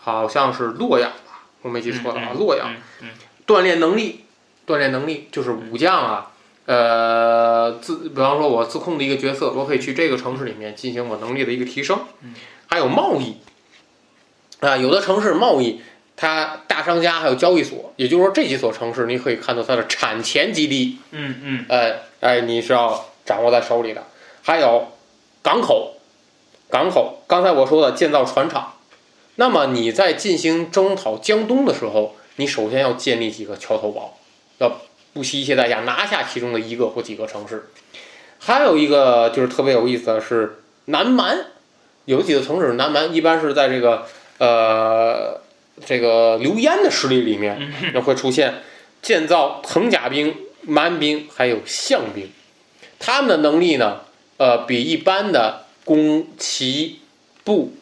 Speaker 1: 好像是洛阳吧，我没记错的话，洛阳。
Speaker 3: 嗯嗯
Speaker 1: 锻炼能力，锻炼能力就是武将啊，呃，自比方说我自控的一个角色，我可以去这个城市里面进行我能力的一个提升
Speaker 3: 嗯。
Speaker 1: 还有贸易，啊、有的城市贸易，它大商家还有交易所，也就是说这几所城市，你可以看到它的产前基地，
Speaker 3: 嗯嗯
Speaker 1: 哎哎，你是要掌握在手里的。还有港口，港口，刚才我说的建造船厂，那么你在进行征讨江东的时候，你首先要建立几个桥头堡，要不惜一切代价拿下其中的一个或几个城市。还有一个就是特别有意思的是南蛮，有几个城市南蛮一般是在这个呃这个刘焉的势力里面，
Speaker 3: 嗯
Speaker 1: 那会出现建造藤甲兵、蛮兵还有象兵，他们的能力呢，呃，比一般的弓、骑、步、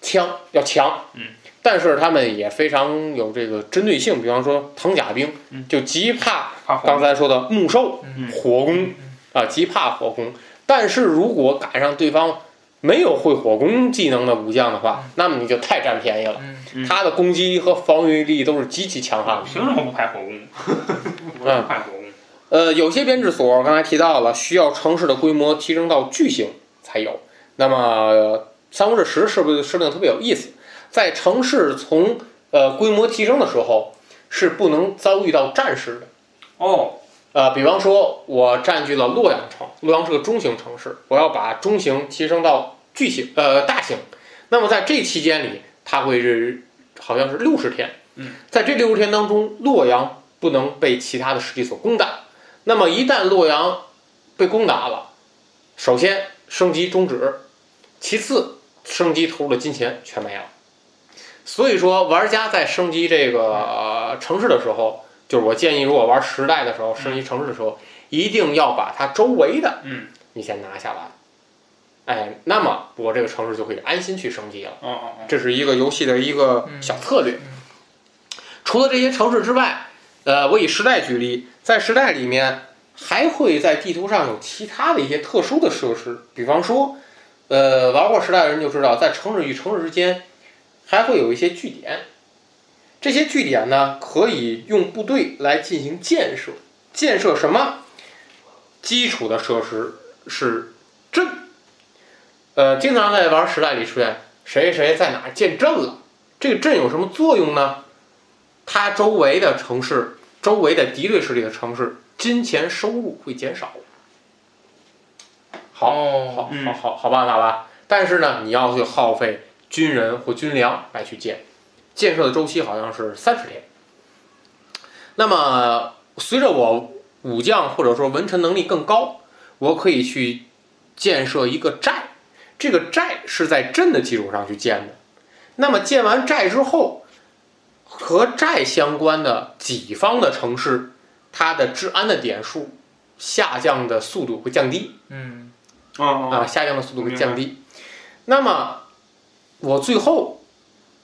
Speaker 1: 枪要强。
Speaker 3: 嗯，
Speaker 1: 但是他们也非常有这个针对性，比方说藤甲兵
Speaker 3: 嗯
Speaker 1: 就极怕
Speaker 3: 怕火
Speaker 1: 刚才说的木兽、
Speaker 4: 嗯
Speaker 1: 火攻啊，极怕火攻。但是如果赶上对方没有会火攻技能的武将的话，那么你就太占便宜了。
Speaker 4: 嗯，
Speaker 3: 嗯
Speaker 1: 他的攻击和防御力都是极其强悍的。
Speaker 3: 凭什么不派火 攻？我也不派火攻。
Speaker 1: 呃，有些编制所我刚才提到了，需要城市的规模提升到巨型才有。那么，呃《三国志十》是不是设定特别有意思？在城市从呃规模提升的时候，是不能遭遇到战事的。
Speaker 3: 哦，
Speaker 1: 呃，比方说，我占据了洛阳城，洛阳是个中型城市，我要把中型提升到巨型，呃，大型。那么在这期间里，它会是好像是六十天。
Speaker 3: 嗯，
Speaker 1: 在这六十天当中，洛阳不能被其他的势力所攻打。那么一旦洛阳被攻打了，首先升级终止，其次升级投入的金钱全没了。所以说，玩家在升级这个、呃城市的时候，就是我建议，如果玩时代的时候，升级城市的时候，一定要把它周围的
Speaker 3: 嗯，
Speaker 1: 你先拿下来，哎，那么我这个城市就可以安心去升级了。
Speaker 3: 哦哦哦，
Speaker 1: 这是一个游戏的一个小策略
Speaker 4: 嗯。
Speaker 1: 除了这些城市之外，呃，我以时代举例，在时代里面还会在地图上有其他的一些特殊的设施，比方说，呃，玩过时代的人就知道，在城市与城市之间还会有一些据点，这些据点呢可以用部队来进行建设，建设什么？基础的设施是镇，呃，经常在玩时代里出现谁谁在哪儿建镇了，这个镇有什么作用呢？它周围的城市、周围的敌对势力的城市，金钱收入会减少。好，
Speaker 4: 哦，
Speaker 1: 好
Speaker 3: 嗯
Speaker 1: 好好好办法吧。但是呢，你要去耗费军人或军粮来去建，建设的周期好像是三十天。那么，随着我武将或者说文臣能力更高，我可以去建设一个寨，这个寨是在镇的基础上去建的。那么建完寨之后，和寨相关的己方的城市，它的治安的点数下降的速度会降低。
Speaker 4: 嗯，
Speaker 3: 啊
Speaker 1: 啊，
Speaker 3: 啊，
Speaker 1: 下降的速度会降低。那么我最后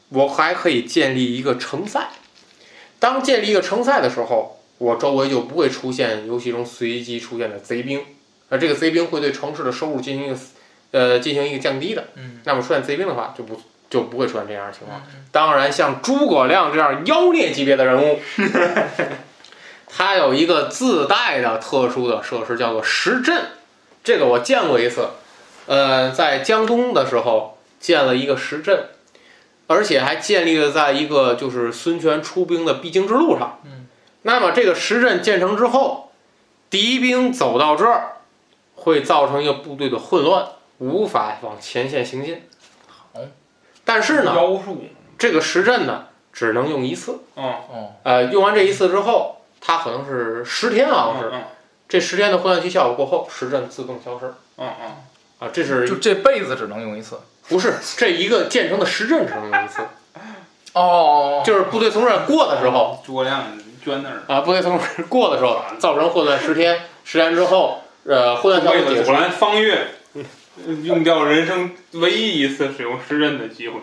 Speaker 1: 我还可以建立一个城塞。当建立一个城塞的时候，我周围就不会出现游戏中随机出现的贼兵，而这个贼兵会对城市的收入进行一个呃进行一个降低的。
Speaker 4: 嗯，
Speaker 1: 那么出现贼兵的话，就不就不会出现这样的情况。当然，像诸葛亮这样妖孽级别的人物，他有一个自带的特殊的设施，叫做石阵。这个我见过一次，呃，在江东的时候建了一个石阵，而且还建立了在一个就是孙权出兵的必经之路上。
Speaker 4: 嗯，
Speaker 1: 那么这个石阵建成之后，敌兵走到这儿，会造成一个部队的混乱，无法往前线行进。
Speaker 4: 好，
Speaker 1: 但是呢，
Speaker 3: 妖术，
Speaker 1: 这个石阵呢，只能用一次。
Speaker 3: 啊，
Speaker 4: 哦，
Speaker 1: 呃，用完这一次之后，它可能是十天，好像是
Speaker 3: 啊
Speaker 1: 这十天的混乱期效果过后，石阵自动消失。
Speaker 3: 啊啊，
Speaker 1: 啊，这是
Speaker 4: 就这辈子只能用一次。
Speaker 1: 不是这一个建成的石阵只能用一次？
Speaker 4: 哦，
Speaker 1: 就是部队从这儿过的时候
Speaker 3: 哦诸葛亮捐那儿，
Speaker 1: 啊，部队从这儿过的时候造成混乱十天，十天之后，呃，混乱
Speaker 3: 为了
Speaker 1: 消解嗯
Speaker 3: 阻
Speaker 1: 除。
Speaker 3: 拦方悦，用掉人生唯一一次使用诗阵的机会。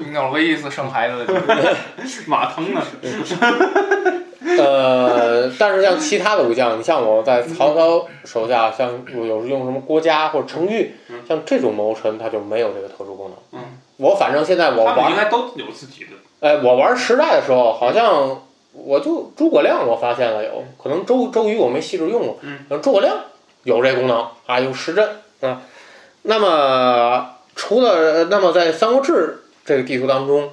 Speaker 4: 用掉了唯一一次生孩子的机会。
Speaker 3: 马腾呢？
Speaker 1: 呃，但是像其他的武将，你像我在曹操手下，像有有用什么郭嘉或者程昱
Speaker 3: 嗯，
Speaker 1: 像这种谋臣，他就没有这个特殊功能。
Speaker 3: 嗯，
Speaker 1: 我反正现在我
Speaker 3: 他们
Speaker 1: 玩
Speaker 3: 应该都有自己的。
Speaker 1: 哎，我玩时代的时候，好像我就诸葛亮，我发现了有可能周周瑜我没细致用过，
Speaker 3: 嗯，
Speaker 1: 诸葛亮有这功能啊，有时阵啊。那么除了那么在《三国志》这个地图当中，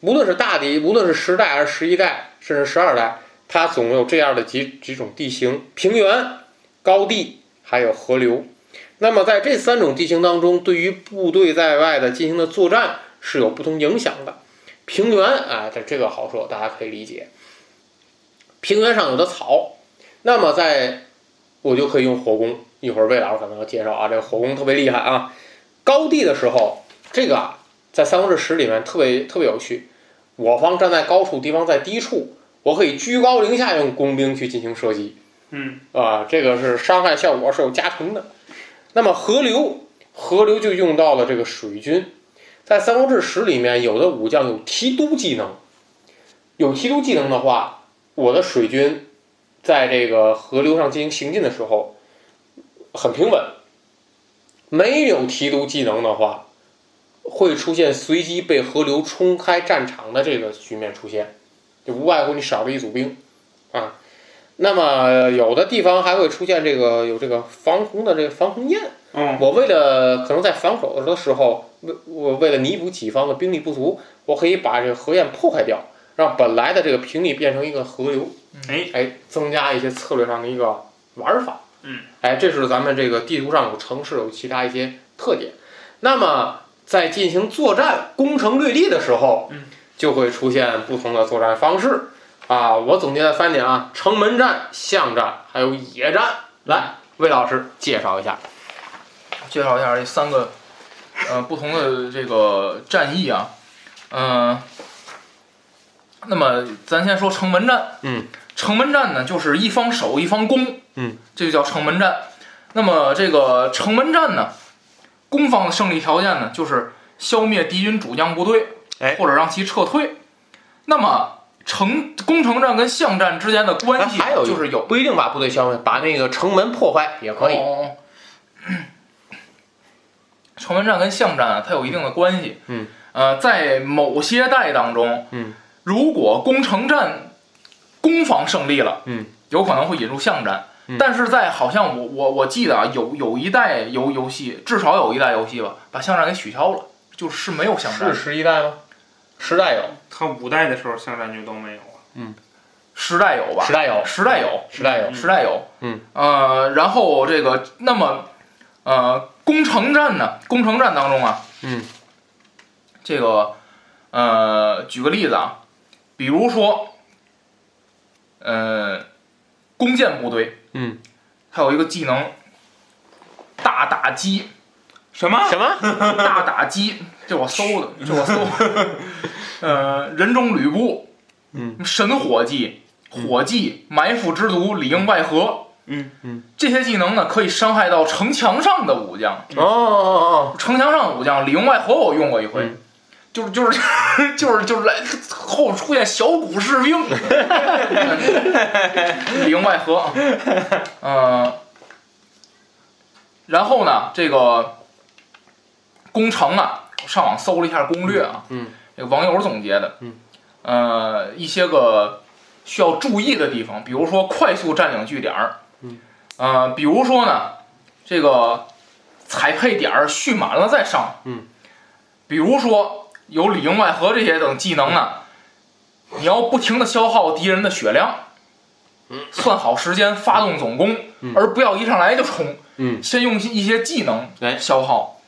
Speaker 1: 无论是大敌，无论是十代还是十一代，甚至十二代，它总有这样的几几种地形：平原、高地，还有河流。那么在这三种地形当中，对于部队在外的进行的作战是有不同影响的。平原啊，这这个好说，大家可以理解。平原上有的草，那么在我就可以用火攻。一会儿魏老师可能要介绍啊，这个火攻特别厉害啊。高地的时候，这个啊，在《三国志十》里面特别特别有趣。我方站在高处，敌方在低处，我可以居高临下用工兵去进行射击。
Speaker 3: 嗯，
Speaker 1: 啊，这个是伤害效果是有加成的。那么河流，河流就用到了这个水军，在《三国志十》里面，有的武将有提督技能，有提督技能的话，我的水军在这个河流上进行行进的时候很平稳。没有提督技能的话，会出现随机被河流冲开战场的这个局面出现，就无外乎你少了一组兵啊。那么有的地方还会出现这个有这个防洪的这个防洪堰。
Speaker 3: 哦，
Speaker 1: 我为了可能在防守的时候，为我为了弥补己方的兵力不足，我可以把这个河堰破坏掉，让本来的这个平地变成一个河流。
Speaker 3: 哎，
Speaker 1: 哎，增加一些策略上的一个玩法。
Speaker 3: 嗯，
Speaker 1: 哎，这是咱们这个地图上有城市有其他一些特点。那么在进行作战、攻城略地的时候，
Speaker 3: 嗯，
Speaker 1: 就会出现不同的作战方式啊。我总结了三点啊：城门战、巷战，还有野战。来，魏老师介绍一下。
Speaker 4: 介绍一下这三个，呃，不同的这个战役啊，嗯、那么咱先说城门战，
Speaker 1: 嗯，
Speaker 4: 城门战呢，就是一方守一方攻，
Speaker 1: 嗯，
Speaker 4: 这就叫城门战。那么这个城门战呢，攻方的胜利条件呢，就是消灭敌军主将部队，
Speaker 1: 哎
Speaker 4: 或者让其撤退。那么城攻城战跟巷战之间的关系
Speaker 1: 哎还有一
Speaker 4: 就是有
Speaker 1: 不一定把部队消灭，把那个城门破坏也可以。
Speaker 4: 哦城门战跟巷战啊，它有一定的关系。
Speaker 1: 嗯，
Speaker 4: 呃，在某些代当中，
Speaker 1: 嗯，
Speaker 4: 如果攻城战攻防胜利了，
Speaker 1: 嗯，
Speaker 4: 有可能会引入巷战。
Speaker 1: 嗯
Speaker 4: 但是在好像我我我记得啊，有有一代游游戏，至少有一代游戏吧，把巷战给取消了，就是没有巷战
Speaker 1: 是。十一代吗？十代有，
Speaker 3: 他五代的时候巷战就都没有啊。
Speaker 4: 时代有吧
Speaker 1: 十？代有，
Speaker 4: 时代有，
Speaker 1: 十代有。
Speaker 4: 时代有，
Speaker 1: 嗯，
Speaker 4: 呃，然后这个那么，呃，攻城战呢？攻城战当中啊，
Speaker 1: 嗯，
Speaker 4: 这个，呃，举个例子啊，比如说，呃，弓箭部队，
Speaker 1: 嗯，
Speaker 4: 它有一个技能，大打击，
Speaker 3: 什么？
Speaker 1: 什么？
Speaker 4: 大打击，这我搜的， 这我搜的，呃，人中吕布，
Speaker 1: 嗯，
Speaker 4: 神火技、火计、埋伏之毒、里应外合，
Speaker 3: 嗯
Speaker 1: 嗯，
Speaker 4: 这些技能呢可以伤害到城墙上的武将，
Speaker 1: 哦哦哦
Speaker 4: 城墙上的武将里应外合我用过一回。
Speaker 1: 嗯
Speaker 4: 就是就是 就是就是来后出现小股士兵， 里应外合啊，嗯，然后呢，这个攻城啊，我上网搜了一下攻略啊，
Speaker 1: 嗯，
Speaker 4: 这个网友总结的，
Speaker 1: 嗯，
Speaker 4: 呃，一些个需要注意的地方，比如说快速占领据点儿，
Speaker 1: 嗯，
Speaker 4: 呃，比如说呢，这个采配点儿蓄满了再上，
Speaker 1: 嗯，
Speaker 4: 比如说有里应外合这些等技能呢，你要不停的消耗敌人的血量。算好时间发动总攻，
Speaker 1: 嗯
Speaker 4: 而不要一上来就冲，
Speaker 1: 嗯
Speaker 4: 先用一些技能
Speaker 1: 哎
Speaker 4: 消耗。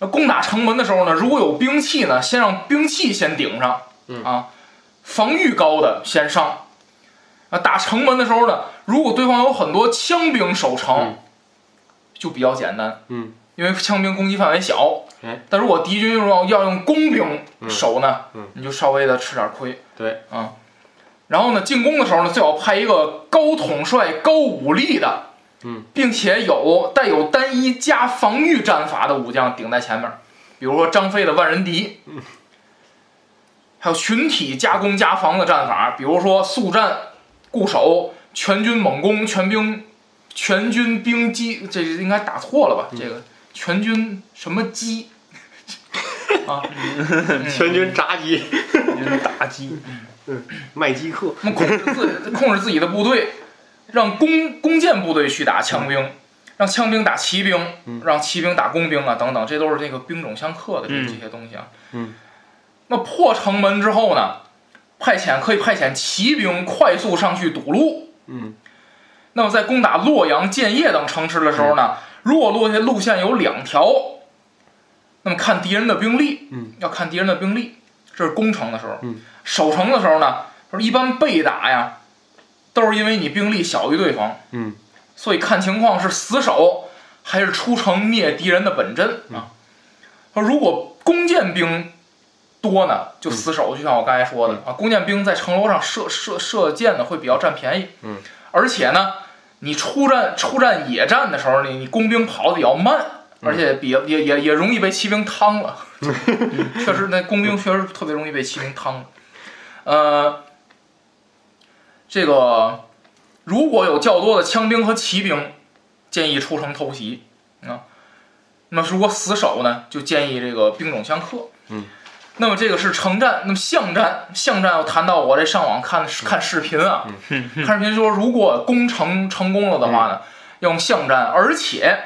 Speaker 4: 那攻打城门的时候呢，如果有兵器呢，先让兵器先顶上，
Speaker 1: 嗯
Speaker 4: 啊，防御高的先上。啊，打城门的时候呢，如果对方有很多枪兵守城，
Speaker 1: 嗯
Speaker 4: 就比较简单，
Speaker 1: 嗯，
Speaker 4: 因为枪兵攻击范围小。
Speaker 1: 哎
Speaker 4: 但如果敌军要要用工兵
Speaker 1: 嗯
Speaker 4: 守呢，
Speaker 1: 嗯
Speaker 4: 你就稍微的吃点亏。
Speaker 1: 对，
Speaker 4: 啊，然后呢，进攻的时候呢，最好派一个高统帅、高武力的，
Speaker 1: 嗯，
Speaker 4: 并且有带有单一加防御战法的武将顶在前面，比如说张飞的万人敌，嗯，还有群体加攻加防的战法，比如说速战、固守、全军猛攻、全兵、全军兵击，这应该打错了吧？这个全军什么击？啊，
Speaker 1: 全军炸鸡，
Speaker 3: 打击，
Speaker 1: 麦基克。
Speaker 4: 那么控制自控制自己的部队，让弓弓箭部队去打枪兵，让枪兵打骑兵，
Speaker 1: 嗯
Speaker 4: 让骑兵打工兵啊，等等，这都是这个兵种相克的这
Speaker 3: 嗯
Speaker 4: 这些东西啊。
Speaker 1: 嗯。
Speaker 4: 那破城门之后呢，派遣可以派遣骑兵快速上去堵路。
Speaker 1: 嗯。
Speaker 4: 那么在攻打洛阳、建业等城池的时候
Speaker 1: 嗯
Speaker 4: 呢，如果路线路线有两条，那么看敌人的兵力，
Speaker 1: 嗯，
Speaker 4: 要看敌人的兵力，这是攻城的时候。
Speaker 1: 嗯，
Speaker 4: 守城的时候呢，就是一般被打呀，都是因为你兵力小于对方，
Speaker 1: 嗯，
Speaker 4: 所以看情况是死守还是出城灭敌人的本阵
Speaker 1: 嗯
Speaker 4: 啊。说如果弓箭兵多呢，
Speaker 1: 嗯
Speaker 4: 就死守，就像我刚才说的啊，弓箭兵在城楼上射射射箭呢，会比较占便宜。
Speaker 1: 嗯，
Speaker 4: 而且呢，你出战出战野战的时候，你你工兵跑的比较慢，
Speaker 1: 嗯
Speaker 4: 而且比也也也容易被骑兵趟 了。确实，那工兵确实特别容易被骑兵趟了。呃，这个如果有较多的枪兵和骑兵，建议出城偷袭啊。那么如果死守呢，就建议这个兵种相克。
Speaker 1: 嗯。
Speaker 4: 那么这个是城战，那么巷战，巷战要谈到我这上网看
Speaker 1: 嗯
Speaker 4: 看视频啊，看视频说如果攻城成功了的话
Speaker 1: 嗯
Speaker 4: 呢，要用巷战，而且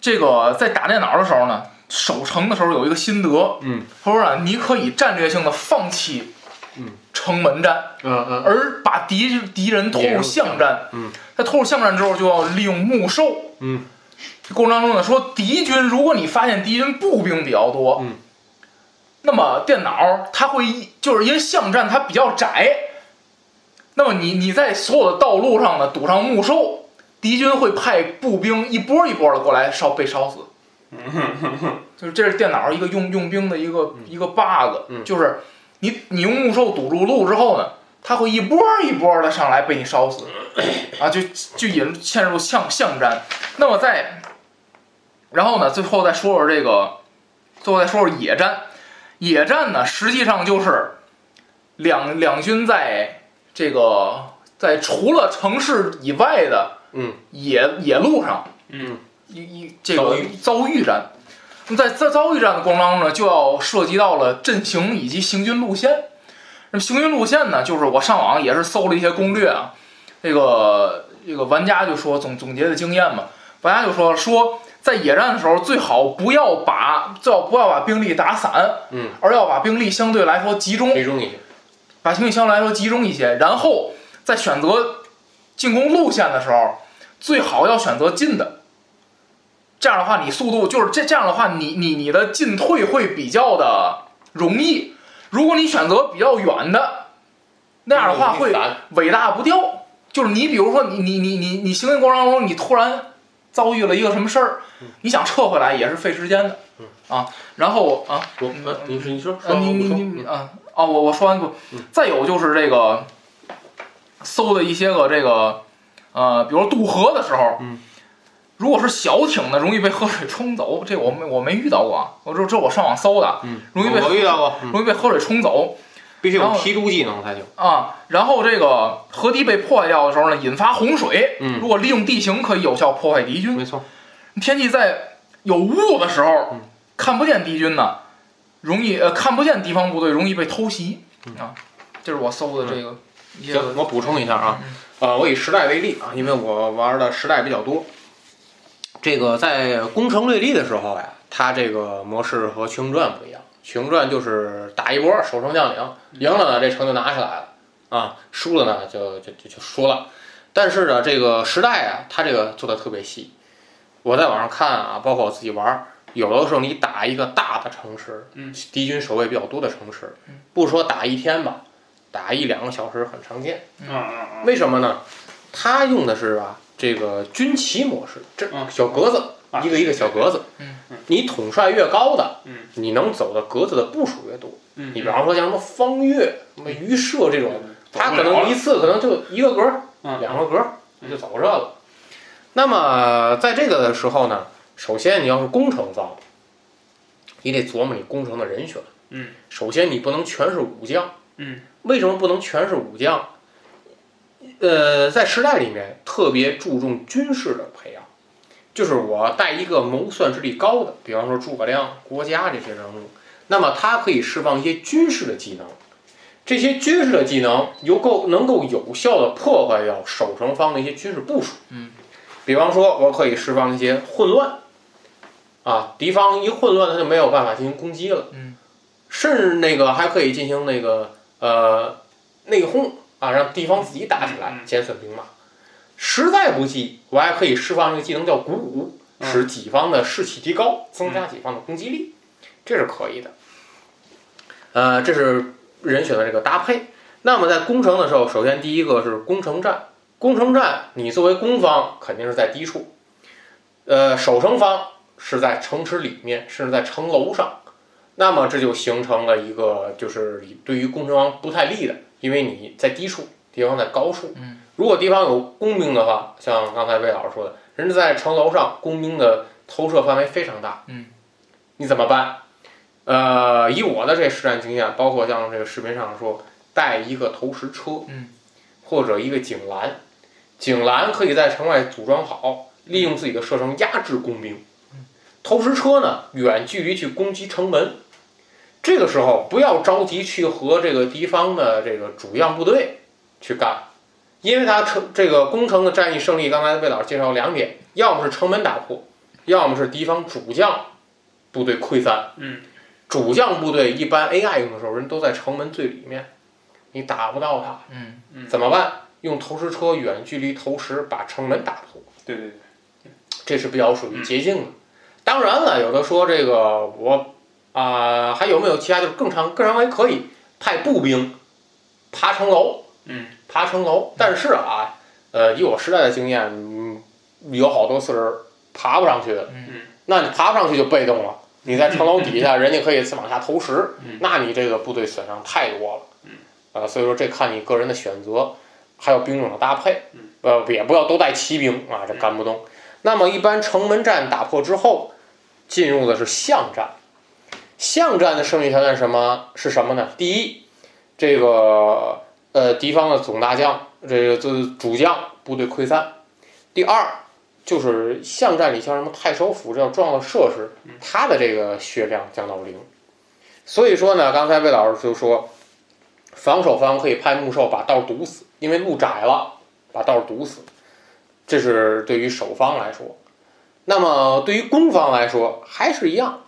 Speaker 4: 这个在打电脑的时候呢，守城的时候有一个心得，
Speaker 1: 嗯
Speaker 4: 他说啊，你可以战略性的放弃
Speaker 1: 嗯
Speaker 4: 城门战，
Speaker 1: 嗯嗯
Speaker 4: 而把敌敌人拖入巷战。
Speaker 1: 嗯，
Speaker 4: 在拖入巷战之后，就要利用木兽。
Speaker 1: 嗯，
Speaker 4: 这过程当中呢，说敌军，如果你发现敌军步兵比较多，
Speaker 1: 嗯，
Speaker 4: 那么电脑它会一就是因为巷战它比较窄，那么你你在所有的道路上呢堵上木兽，敌军会派步兵一波一波的过来烧被烧 死。就是这是电脑一个用用兵的一个、一个 bug，、
Speaker 1: 嗯
Speaker 4: 就是你你用木兽堵住路之后呢，它会一波一波的上来被你烧死，啊，就就引陷入巷巷战。那么在，然后呢，最后再说说这个，最后再说说野战。野战呢，实际上就是两两军在这个在除了城市以外的
Speaker 1: 嗯
Speaker 4: 野野路上，
Speaker 3: 嗯，
Speaker 4: 一一这个遭遇战。那么在在遭遇战的过程当中呢，就要涉及到了阵型以及行军路线。那么行军路线呢，就是我上网也是搜了一些攻略啊，这个这个玩家就说总总结的经验嘛，玩家就说说在野战的时候最好不要把最好不要把兵力打散，
Speaker 1: 嗯，
Speaker 4: 而要把兵力相对来说集中，
Speaker 1: 集中一些，
Speaker 4: 把行李箱来说集中一些，然后在选择进攻路线的时候，最好要选择近的。这样的话，你速度就是这这样的话，你你你的进退会比较的容易。如果你选择比较远的，那样的话
Speaker 1: 容易
Speaker 4: 会
Speaker 1: 散
Speaker 4: 尾大不掉。就是你比如说你你你你你行进过程当中，你突然遭遇了一个什么事儿，
Speaker 1: 嗯
Speaker 4: 你想撤回来也是费时间的啊。然后啊，
Speaker 1: 我呃你说你说
Speaker 4: 啊，
Speaker 1: 说
Speaker 4: 你
Speaker 1: 我
Speaker 4: 你
Speaker 1: 说嗯
Speaker 4: 你啊哦，我我说完不，再有就是这个搜的一些个这个呃，比如渡河的时候，
Speaker 1: 嗯
Speaker 4: 如果是小艇呢，容易被河水冲走，这我没我没遇到过啊，我这这我上网搜的，
Speaker 1: 嗯，
Speaker 4: 容易被
Speaker 1: 我遇到过，嗯
Speaker 4: 容易被河水冲走
Speaker 1: 必须
Speaker 4: 然
Speaker 1: 有
Speaker 4: 后
Speaker 1: 提督技能才行。
Speaker 4: 啊。然后这个河堤被破坏掉的时候呢，引发洪水，
Speaker 1: 嗯
Speaker 4: 如果利用地形可以有效破坏敌军，
Speaker 1: 没错，
Speaker 4: 天气在有雾的时候，看不见敌军呢，容易呃看不见敌方部队，容易被偷袭、啊。这是我搜的这个一些
Speaker 1: 行，
Speaker 4: 个
Speaker 1: 我补充一下啊，呃，我以时代为例啊，因为我玩的时代比较多。这个在攻城略地的时候呀，它这个模式和群雄传不一样。群雄传就是打一波守城将领，赢了呢这城就拿下来了啊，输了呢就就就就输了。但是呢，这个时代啊，它这个做的特别细。我在网上看啊，包括我自己玩儿，有的时候你打一个大的城市，
Speaker 3: 嗯，
Speaker 1: 敌军守卫比较多的城市，不说打一天吧，打一两个小时很常见。
Speaker 3: 啊啊啊，
Speaker 1: 为什么呢？他用的是啊，这个军旗模式，这
Speaker 3: 嗯
Speaker 1: 小格子，
Speaker 3: 啊
Speaker 1: 一个一个小格子。
Speaker 4: 嗯
Speaker 1: 你统帅越高的，
Speaker 3: 嗯
Speaker 1: 你能走的格子的步数越多。
Speaker 3: 嗯，
Speaker 1: 你比方说像什么方越、什么榆社这种，他
Speaker 3: 走
Speaker 1: 可
Speaker 3: 不了
Speaker 1: 能一
Speaker 3: 了
Speaker 1: 次可能就一个格儿、
Speaker 3: 嗯
Speaker 1: 两个格儿，你就走这了。那么在这个的时候呢，首先你要是攻城方，你得琢磨你攻城的人选。
Speaker 3: 嗯，
Speaker 1: 首先你不能全是武将。
Speaker 3: 嗯，
Speaker 1: 为什么不能全是武将？呃，在时代里面特别注重军事的培养，就是我带一个谋算之力高的，比方说诸葛亮、郭嘉这些人物，那么他可以释放一些军事的技能。这些军事的技能有够能够有效的破坏掉守城方的一些军事部署。
Speaker 4: 嗯，
Speaker 1: 比方说，我可以释放一些混乱，啊，敌方一混乱，他就没有办法进行攻击了。
Speaker 4: 嗯，
Speaker 1: 甚至那个还可以进行那个呃内讧啊，让敌方自己打起来
Speaker 3: 嗯，嗯
Speaker 1: 减损兵马。实在不济，我还可以释放一个技能叫鼓舞，
Speaker 3: 嗯
Speaker 1: 使己方的士气提高，增加己方的攻击力，这是可以的。呃，这是人选的这个搭配。那么在攻城的时候，首先第一个是攻城战。攻城战，你作为攻方肯定是在低处，呃，守城方是在城池里面，甚至在城楼上。那么这就形成了一个，就是对于攻城方不太利的，因为你在低处，敌方在高处。
Speaker 4: 嗯，
Speaker 1: 如果敌方有工兵的话，像刚才魏老师说的，人家在城楼上，工兵的投射范围非常大。
Speaker 4: 嗯，
Speaker 1: 你怎么办？呃，以我的这实战经验，包括像这个视频上说，带一个投石车，
Speaker 4: 嗯，
Speaker 1: 或者一个井栏，井栏可以在城外组装好，利用自己的射程压制工兵。投石车呢，远距离去攻击城门。这个时候不要着急去和这个敌方的这个主将部队去干，因为他城这个攻城的战役胜利，刚才魏老师介绍两点，要么是城门打破，要么是敌方主将部队溃散。
Speaker 3: 嗯，
Speaker 1: 主将部队一般 AI 用的时候，人都在城门最里面，你打不到他，
Speaker 4: 嗯
Speaker 3: 嗯
Speaker 1: 怎么办？用投石车远距离投石把城门打破。
Speaker 3: 对对对，
Speaker 1: 这是比较属于捷径的。当然了，有的说这个我啊、还有没有其他就是更长更长为可以派步兵爬城楼，
Speaker 3: 嗯，
Speaker 1: 爬城楼。但是啊，呃，以我实在的经验，嗯，有好多次是爬不上去的。
Speaker 4: 嗯，
Speaker 1: 那你爬不上去就被动了。你在城楼底下，人家可以往下投石，
Speaker 3: 嗯
Speaker 1: 那你这个部队损伤太多了。
Speaker 3: 嗯，
Speaker 1: 啊、所以说这看你个人的选择，还有兵种的搭配。
Speaker 3: 嗯，
Speaker 1: 呃，也不要都带骑兵啊，这干不动。那么一般城门战打破之后，进入的是巷战。巷战的胜利条件是什么是什么呢？第一，这个呃敌方的总大将，这个这主将部队溃散。第二就是巷战里像什么太守府这种重要的设施，它的这个血量降到零。所以说呢，刚才魏老师就说，防守方可以派木兽把道堵死，因为路窄了，把道堵死。这是对于守方来说。那么对于攻方来说，还是一样。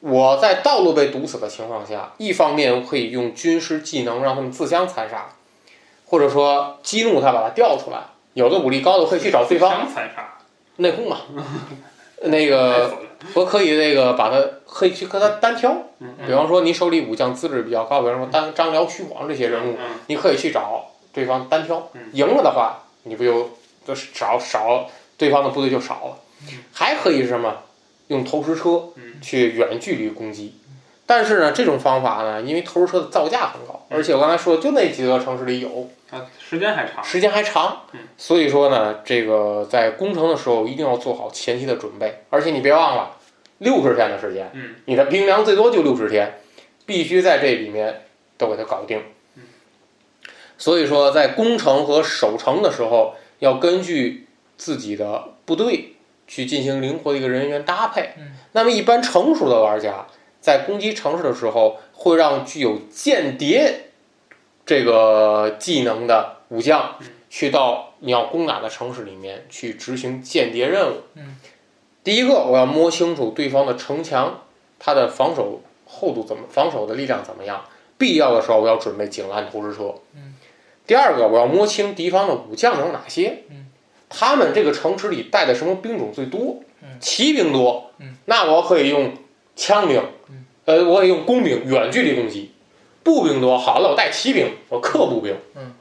Speaker 1: 我在道路被堵死的情况下，一方面可以用军师技能让他们自相残杀，或者说激怒他把他调出来。有的武力高的可以去找对方
Speaker 3: 想踩啥？
Speaker 1: 内 讧嘛，那个我可以那个把他可以去和他单挑，
Speaker 3: 嗯
Speaker 1: 比方说你手里武将资质比较高，比方说单张辽、徐晃这些人物，
Speaker 3: 嗯
Speaker 1: 你可以去找对方单挑
Speaker 3: 嗯，
Speaker 1: 赢了的话，你不就就少少对方的部队就少了，还可以是什么？用投石车
Speaker 3: 嗯
Speaker 1: 去远距离攻击。但是呢，这种方法呢，因为投石车的造价很高，
Speaker 3: 嗯
Speaker 1: 而且我刚才说的就那几个城市里有，
Speaker 3: 啊，时间还长。
Speaker 1: 时间还长
Speaker 3: 嗯，
Speaker 1: 所以说呢，这个在攻城的时候一定要做好前期的准备，而且你别忘了，六十天的时间，
Speaker 3: 嗯，
Speaker 1: 你的兵粮最多就六十天，必须在这里面都给它搞定
Speaker 3: 嗯。
Speaker 1: 所以说，在攻城和守城的时候，要根据自己的部队去进行灵活的一个人员搭配。
Speaker 4: 嗯
Speaker 1: 那么，一般成熟的玩家在攻击城市的时候，会让具有间谍这个技能的武将
Speaker 3: 嗯
Speaker 1: 去到你要攻打的城市里面去执行间谍任务。
Speaker 4: 嗯，
Speaker 1: 第一个我要摸清楚对方的城墙，它的防守厚度怎么，防守的力量怎么样。必要的时候，我要准备井岸投石车。
Speaker 4: 嗯，
Speaker 1: 第二个我要摸清敌方的武将有哪些。
Speaker 4: 嗯，
Speaker 1: 他们这个城池里带的什么兵种最多？
Speaker 4: 嗯
Speaker 1: 骑兵多。
Speaker 4: 嗯，
Speaker 1: 那我可以用枪兵。
Speaker 4: 嗯，
Speaker 1: 呃，我可以用弓兵远距离攻击。步兵多，好了，我带骑兵，我克步兵。
Speaker 4: 嗯，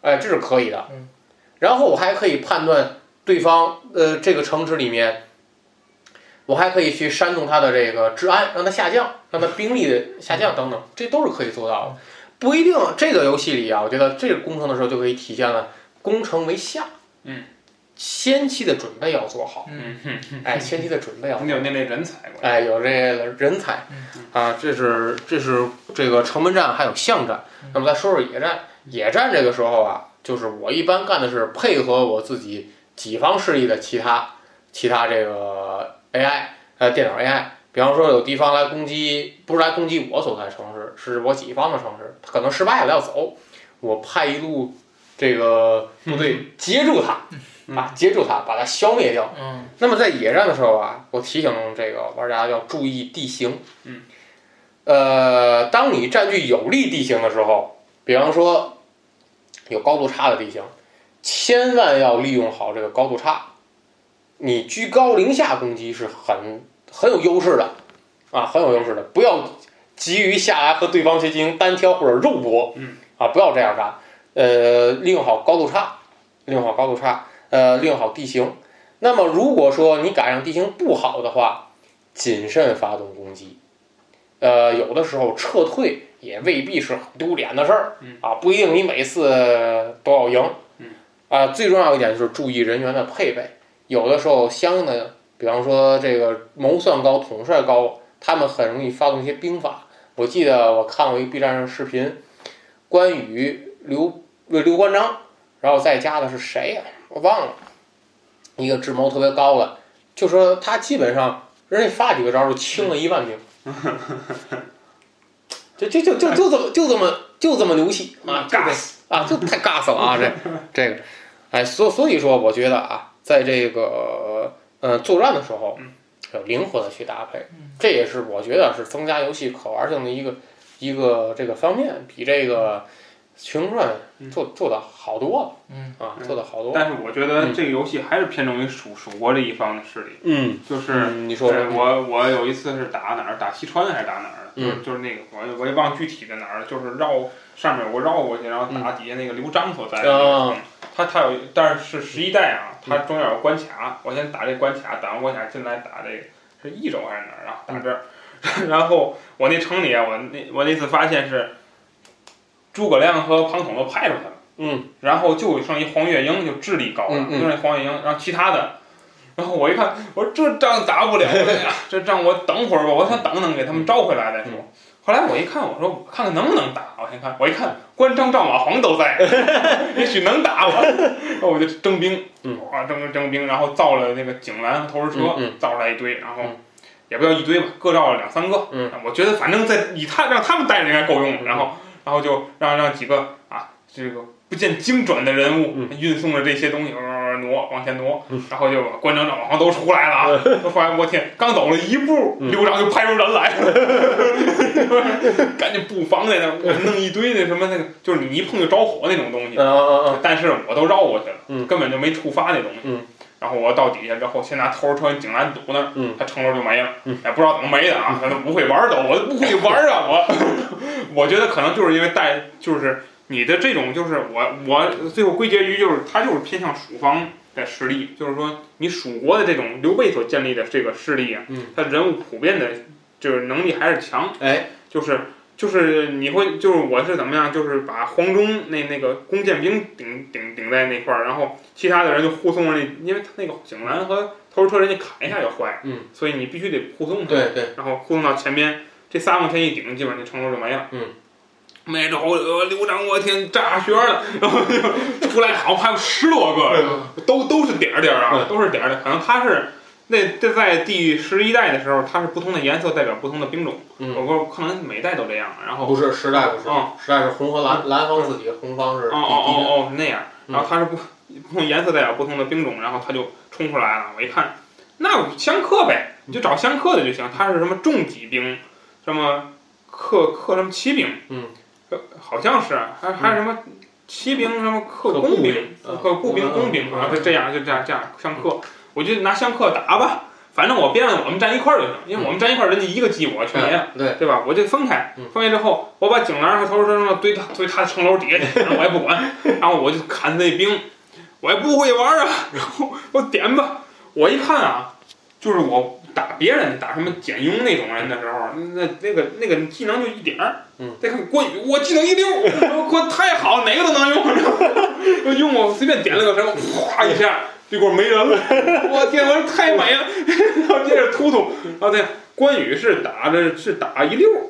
Speaker 1: 哎，这是可以的。
Speaker 4: 嗯，
Speaker 1: 然后我还可以判断对方，呃，这个城池里面，我还可以去煽动他的这个治安，让他下降，让他兵力的下
Speaker 3: 嗯
Speaker 1: 降等等，这都是可以做到的。不一定这个游戏里啊，我觉得这个工程的时候就可以体现了攻城为下。
Speaker 3: 嗯，
Speaker 1: 先期的准备要做好，
Speaker 3: 嗯哼，
Speaker 1: 哎，前期的准备要
Speaker 3: 你有那类人才过来。
Speaker 1: 哎，有这个人才啊，这是这是这个城门战还有巷战。那么再说说野战，野战这个时候啊，就是我一般干的是配合我自己己方势力的其他其他这个 AI 呃电脑 AI，比方说有敌方来攻击，不是来攻击我所在城市，是我己方的城市，他可能失败了要走，我派一路这个部
Speaker 3: 嗯
Speaker 1: 队截住他。啊，截住他，把他消灭掉。
Speaker 4: 嗯
Speaker 1: 那么在野战的时候啊，我提醒这个玩家要注意地形。
Speaker 3: 嗯，
Speaker 1: 呃，当你占据有利地形的时候，比方说有高度差的地形，千万要利用好这个高度差。你居高临下攻击是很很有优势的，啊，很有优势的。不要急于下来和对方去进行单挑或者肉搏。
Speaker 3: 嗯，
Speaker 1: 啊，不要这样干。呃，利用好高度差，利用好高度差，呃，利用好地形。那么如果说你赶上地形不好的话，谨慎发动攻击。呃，有的时候撤退也未必是很丢脸的事儿
Speaker 3: 嗯
Speaker 1: 啊，不一定你每次都要赢。
Speaker 3: 嗯，
Speaker 1: 啊，最重要一点就是注意人员的配备，有的时候相应的，比方说这个谋算高、统帅高，他们很容易发动一些兵法。我记得我看过一个 B 站上的视频，关羽、刘刘关张，然后再加的是谁呀、我忘了。一个智谋特别高的，就说他基本上人家发几个招儿就清了一万兵，就就就就就这么就这么就这么牛气啊！就这
Speaker 3: 尬
Speaker 1: 啊，就太尬死了啊！这这个，哎，所所以说，我觉得啊，在这个呃作战的时候
Speaker 3: 嗯，
Speaker 1: 要灵活的去搭配
Speaker 4: 嗯，
Speaker 1: 这也是我觉得是增加游戏可玩性的一个一个这个方面，比这个《群英传
Speaker 3: 嗯》
Speaker 1: 做做的好多
Speaker 4: 嗯
Speaker 1: 了啊，
Speaker 3: 嗯
Speaker 1: 做的好多了。
Speaker 3: 但是我觉得这个游戏还是偏重于蜀蜀国这一方的势力，
Speaker 1: 嗯，
Speaker 3: 就是。
Speaker 1: 嗯，你说
Speaker 3: 对，
Speaker 1: 说，
Speaker 3: 我我有一次是打哪儿，打西川还是打哪儿的，
Speaker 1: 嗯
Speaker 3: 就是就是那个我也我也忘具体在哪儿了，就是绕上面我绕过去，然后打底下那个刘璋所在的那个
Speaker 1: 嗯
Speaker 3: 城，他他有但是是十一代啊，他中间有关卡，我先打这关卡，打完关卡进来打这个是益州还是哪儿啊，
Speaker 1: 嗯
Speaker 3: 打这儿， 然后我那城里啊，我那我那次发现是诸葛亮和庞统都派出去了。
Speaker 1: 嗯
Speaker 3: 然后就剩一黄月英就智力高了，
Speaker 1: 嗯嗯
Speaker 3: 就剩一黄月英，然后其他的，然后我一
Speaker 1: 嗯
Speaker 3: 看，我说这仗打不了，哎呀这仗我等会儿吧，我想等等给他们招回来再说。后来我一看，我说我看看能不能打，我先看，我一看关张赵马黄都在， 也许能打我，然后我就征兵，
Speaker 1: 嗯
Speaker 3: 哇，征征兵，然后造了那个井栏和投石车，
Speaker 1: 嗯嗯
Speaker 3: 造出来一堆，然后
Speaker 1: 嗯
Speaker 3: 也不叫一堆吧，各造了两三个，
Speaker 1: 嗯
Speaker 3: 我觉得反正在以他让他们带着应该够用，
Speaker 1: 嗯
Speaker 3: 然后然后就让让几个啊这个不见经转的人物
Speaker 1: 嗯
Speaker 3: 运送着这些东西呃挪往前挪
Speaker 1: 嗯，
Speaker 3: 然后就把关长、老黄都出来了啊，都发现我天，刚走了一步，
Speaker 1: 嗯
Speaker 3: 刘长就派出人来了， 赶紧布防在那儿，我弄一堆那什么那个，就是你一碰就着火那种东西，
Speaker 1: 嗯嗯嗯
Speaker 3: 但是我都绕过去了，
Speaker 1: 嗯
Speaker 3: 根本就没触发那东西。
Speaker 1: 嗯
Speaker 3: 然后我到底下之后，先拿头穿井栏堵那儿，
Speaker 1: 嗯
Speaker 3: 他城楼就没了，
Speaker 1: 嗯
Speaker 3: 哎，不知道怎么没的啊，他都不会玩儿都，我都不会玩儿 啊，我，我 觉得可能就是因为带，就是你的这种，就是我我最后归结于就是他就是偏向蜀方的实力，就是说你蜀国的这种刘备所建立的这个势力啊，
Speaker 1: 嗯
Speaker 3: 他人物普遍的就是能力还是强，
Speaker 1: 嗯，哎，
Speaker 3: 就是就是你会就是我是怎么样，就是把黄忠那那个弓箭兵顶顶顶在那块儿，然后其他的人就护送着那，因为他那个井栏和头车人家砍一下就坏，
Speaker 1: 嗯，
Speaker 3: 所以你必须得护送他，
Speaker 1: 对对，
Speaker 3: 然后护送到前边，这仨往前一顶，基本上这城楼就没了，
Speaker 1: 嗯。
Speaker 3: 没着，呃刘璋，我天，炸靴了，然后就出来好像还有十多个，
Speaker 4: 呃
Speaker 3: 都都是点儿点儿啊，
Speaker 1: 嗯
Speaker 3: 都是点儿的。可能它是那这在第十一代的时候，它是不同的颜色代表不同的兵种，
Speaker 1: 嗯
Speaker 3: 我我可能每代都这样。然后
Speaker 1: 不是时代不是，
Speaker 3: 哦
Speaker 1: 时代是红和蓝，蓝方自己，红方是嗯
Speaker 3: 哦
Speaker 1: 敌
Speaker 3: 哦
Speaker 1: 敌人。
Speaker 3: 哦哦是那样，然后它是不不同颜色代表不同的兵种，然后它就冲出来了。我一看，那相克呗，你就找相克的就行。它是什么重骑兵，什么克克什么骑兵，
Speaker 1: 嗯
Speaker 3: 呃，好像是还还有什么。骑兵什么克
Speaker 1: 克
Speaker 3: 工
Speaker 1: 步
Speaker 3: 兵，
Speaker 1: 啊
Speaker 3: 克步兵、
Speaker 1: 嗯
Speaker 3: 工兵啊，
Speaker 1: 嗯
Speaker 3: 就这样，就这样，这样相克，我就拿相克打吧，反正我别让我们站一块儿就行，因为我们站一块儿，人家一个鸡我全没了，
Speaker 1: 嗯对，
Speaker 3: 对吧？我就分开
Speaker 1: 嗯，
Speaker 3: 分开之后，我把井栏和头身上堆他堆他的城楼底下去，然后我也不 管，然后我就砍他那兵，我也不会玩儿啊，然后我点吧，我一看啊，就是我打别人打什么简雍那种人的时候，那那个那个技能就一点儿，
Speaker 1: 嗯，
Speaker 3: 再看郭宇，我技能一溜， 我我太好，哪个都能用， 用我随便点了个什么，哗一下。这会儿没人 了，我天！我说太美了， 然后接着突突，然后再关羽是打着是打一溜儿，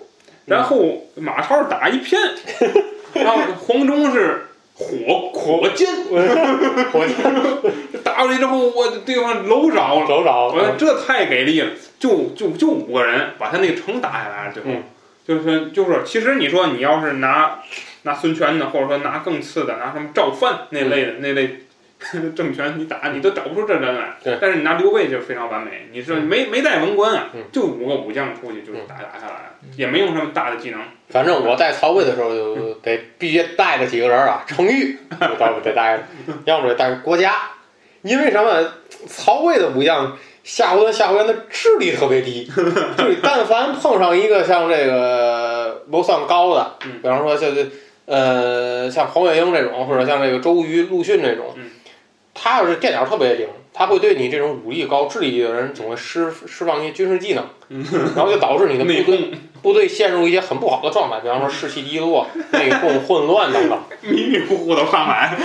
Speaker 3: 然后马超打一片，然后黄忠是火火箭，
Speaker 5: 火箭
Speaker 3: 打过去之后，我对方楼着了，
Speaker 5: 找找
Speaker 3: 我说这太给力了，就就就五个人把他那个城打下来了，最后、
Speaker 1: 嗯
Speaker 3: 就是就是，其实你说你要是拿拿孙权的，或者说拿更次的，拿什么赵范那类的、那类 政权，你打你都找不出这人来。
Speaker 1: 对
Speaker 3: 但是你拿刘备就非常完美，你是
Speaker 1: 嗯
Speaker 3: 没、没带文官啊，
Speaker 1: 嗯
Speaker 3: 就五个武将出去就是
Speaker 4: 嗯
Speaker 3: 打打下来了，也没用什么大的技能。
Speaker 1: 反正我带曹魏的时候就得必须带着几个人啊，程昱 就得得带着，要不就带着郭嘉，因为什么？曹魏的武将夏侯惇、夏侯渊的智力特别低，就是但凡碰上一个像这个不算高的，
Speaker 3: 嗯
Speaker 1: 比方说像这呃像黄月英这种，或者像这个周瑜、陆逊这种
Speaker 3: 嗯，
Speaker 1: 他要是电脑特别灵，他会对你这种武力高、智力低的人总会释释放一些军事 技能，然后就导致你的
Speaker 3: 内
Speaker 1: 部队部队陷入一些很不好的状态，比方说士气低落、内讧、混乱等等。
Speaker 3: 迷迷糊糊的画满，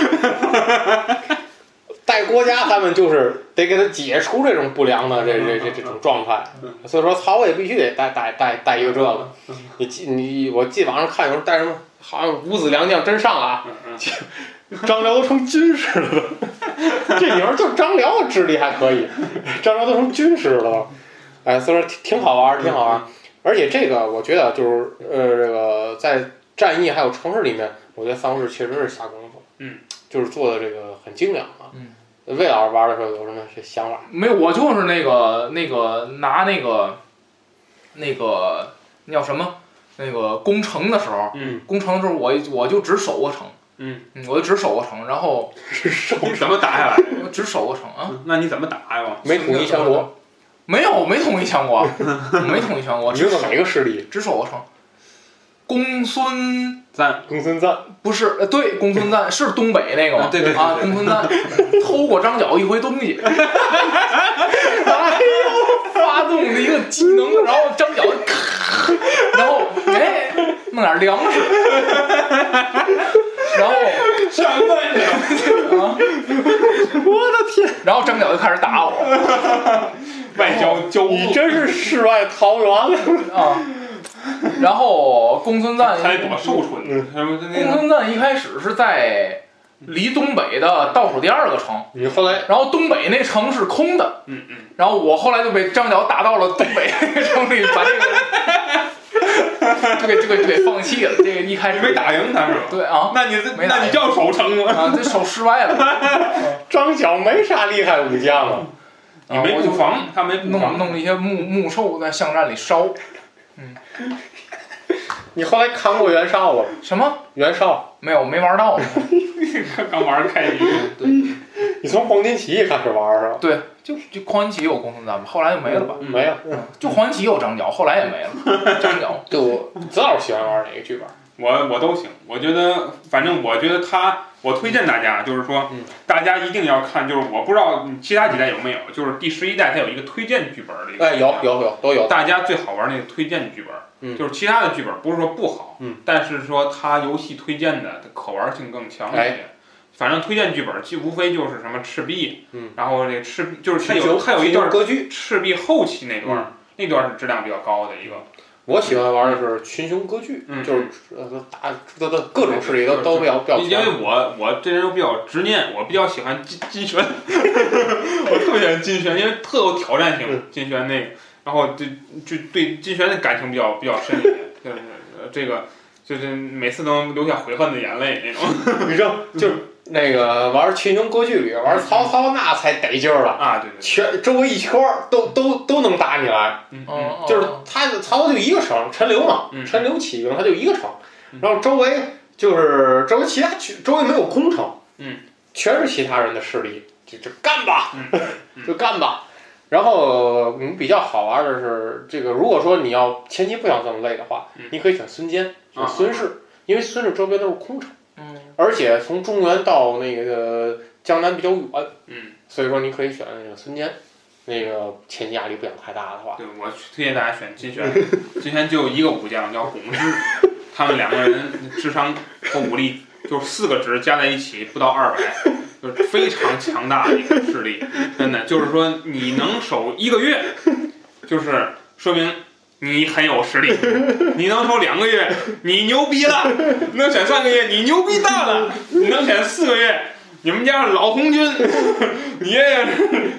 Speaker 1: 带国家他们就是得给他解除这种不良的这这这这种状态，所以说曹魏必须得带带带带一个这个。你记你我记网上看有人带什么，好像五子良将真上了啊，
Speaker 3: 嗯嗯，
Speaker 1: 张辽都成军师了， 这里面就张辽的智力还可以，张辽都成军师了，哎，所以说挺挺好玩儿，挺好玩儿。而且这个我觉得就是呃，这个在战役还有城市里面，我觉得三国志确实是下功夫，
Speaker 3: 嗯，
Speaker 1: 就是做的这个很精良啊。
Speaker 4: 嗯
Speaker 1: 魏老师玩的时候有什么想法？
Speaker 4: 没有，我就是那个那个拿那个那个那叫什么那个攻城的时候，
Speaker 3: 嗯，
Speaker 4: 攻城的时候我我就只守过城，
Speaker 3: 嗯
Speaker 4: 我就只守过城，然后
Speaker 3: 你怎么打下来的？
Speaker 4: 我只守过城啊，
Speaker 3: 那你怎么打呀？我
Speaker 1: 没统一全国，
Speaker 4: 没有没统一全 国，没统一全国，
Speaker 1: 你
Speaker 4: 只
Speaker 1: 用
Speaker 4: 守
Speaker 1: 的哪个势力？
Speaker 4: 只守过城。公孙
Speaker 3: 赞，
Speaker 1: 公孙瓒，
Speaker 4: 不是，呃，对，公孙瓒是东北那个吗？
Speaker 3: 对对对
Speaker 4: 啊，公孙瓒偷过张角一回东西， 哎发动的一个技能，然后张角咔，然后哎，弄点粮食，然后
Speaker 3: 什么呀？
Speaker 4: 然后张角就开始打我
Speaker 3: 外交交恶
Speaker 1: 你真是世外桃源！
Speaker 4: 啊，然后公孙瓒
Speaker 3: 还得躲寿春，
Speaker 4: 嗯
Speaker 3: 什么那个
Speaker 4: 公孙瓒一开始是在离东北的倒数第二个城，
Speaker 1: 你后来
Speaker 4: 然后东北那城是空的，
Speaker 3: 嗯嗯，
Speaker 4: 然后我后来就被张角打到了东北 那个城里，把这个就给就给就给放弃了。这个一开始
Speaker 3: 你没打赢他是吧？
Speaker 4: 对啊
Speaker 3: 那你
Speaker 4: 没打赢
Speaker 3: 那你叫守城吗？
Speaker 4: 啊，这手失败了，
Speaker 1: 张角没啥厉害武将啊，
Speaker 3: 你
Speaker 4: 啊
Speaker 3: 没
Speaker 4: 我就
Speaker 3: 布防，他没布
Speaker 4: 弄
Speaker 3: 防，
Speaker 4: 弄了一些木木兽在巷战里烧
Speaker 1: 你后来看过袁绍吗？
Speaker 4: 什么？
Speaker 1: 袁绍，
Speaker 4: 没有，没玩到。
Speaker 3: 刚玩儿开局，
Speaker 1: 你从黄金起义开始玩是吧？
Speaker 4: 对，就就黄文琪有公孙瓒吧，后来就没了吧？
Speaker 1: 没有，
Speaker 4: 就黄文琪有张角，后来也没了。张角，
Speaker 1: 对我子老师喜欢玩哪个剧本？
Speaker 3: 我我都行，我觉得反正我觉得他，我推荐大家就是说
Speaker 1: 嗯，
Speaker 3: 大家一定要看，就是我不知道其他几代有没有，就是第十一代它有一个推荐剧本儿的一个，
Speaker 1: 哎，有有有都有，
Speaker 3: 大家最好玩那个推荐剧本儿，
Speaker 1: 嗯
Speaker 3: 就是其他的剧本儿不是说不好，
Speaker 1: 嗯
Speaker 3: 但是说它游戏推荐的它可玩性更强一些。
Speaker 1: 哎
Speaker 3: 反正推荐剧本儿既无非就是什么赤壁，
Speaker 1: 嗯
Speaker 3: 然后这赤壁就是它
Speaker 1: 啤酒
Speaker 3: 有它有
Speaker 1: 啤
Speaker 3: 一
Speaker 1: 酒
Speaker 3: 段
Speaker 1: 歌剧，
Speaker 3: 赤壁后期那段儿，那段儿是质量比较高的一个，
Speaker 1: 我喜欢玩的是群雄割据，
Speaker 3: 嗯
Speaker 1: 就是呃打的的各种势力都都比较比较
Speaker 3: 因为
Speaker 1: 强。
Speaker 3: 我我这人又比较执念，我比较喜欢金金旋， 我特别喜欢金旋，因为特有挑战性。金旋那个，然后就就对金旋的感情比较比较深一点，就是呃这个就是每次都能流下悔恨的眼泪那种
Speaker 1: 你知道，嗯就是那个玩群雄割据里玩曹操那才得劲儿了，
Speaker 3: 啊，对对对，
Speaker 1: 全周围一圈儿都都都能打你来。
Speaker 3: 嗯嗯
Speaker 4: 嗯，
Speaker 1: 就是他曹操就一个城，陈留嘛，
Speaker 3: 嗯
Speaker 1: 陈留起兵他就一个城
Speaker 3: 嗯，
Speaker 1: 然后周围就是周围其他周围没有空城，
Speaker 3: 嗯，
Speaker 1: 全是其他人的势力，就就干吧
Speaker 3: 嗯，
Speaker 1: 就干吧。然后嗯比较好玩的是，这个如果说你要前期不想这么累的话
Speaker 3: 嗯，
Speaker 1: 你可以选孙坚，选
Speaker 3: 啊
Speaker 1: 孙氏，因为孙氏周边都是空城，
Speaker 4: 嗯，
Speaker 1: 而且从中原到那个江南比较远，
Speaker 3: 嗯，
Speaker 1: 所以说你可以选那个孙坚。那个前期压力不想太大的话，
Speaker 3: 对，我推荐大家选 金旋，金旋就有一个武将叫巩之，他们两个人智商和武力就是四个值加在一起不到二百，就是非常强大的一个势力，真的就是说你能守一个月，就是说明。你很有实力，你能守两个月，你牛逼了；能选三个月，你牛逼大了；你能选四个月，你们家是老红军， 你爷爷是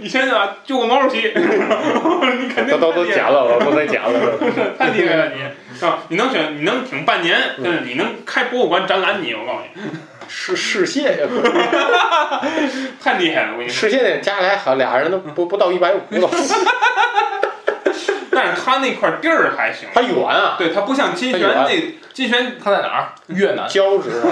Speaker 3: 以前啊救过毛主席，你肯定
Speaker 1: 都都都
Speaker 3: 厉害
Speaker 1: 假了，我不再假了。
Speaker 3: 太厉害了你！是吧？你能选，你能挺半年，
Speaker 1: 嗯
Speaker 3: 但是你能开博物馆展览你，我告诉你，
Speaker 1: 是是谢也可以，
Speaker 3: 太厉害了！我跟你说，
Speaker 1: 是谢那加起来好像俩人都不不到一百五 了，
Speaker 3: 但是他那块地儿还行，
Speaker 1: 他远啊，
Speaker 3: 对他不像金
Speaker 1: 它
Speaker 3: 泉
Speaker 1: 远
Speaker 3: 那金泉
Speaker 4: 他在哪儿？越南。
Speaker 1: 交趾啊。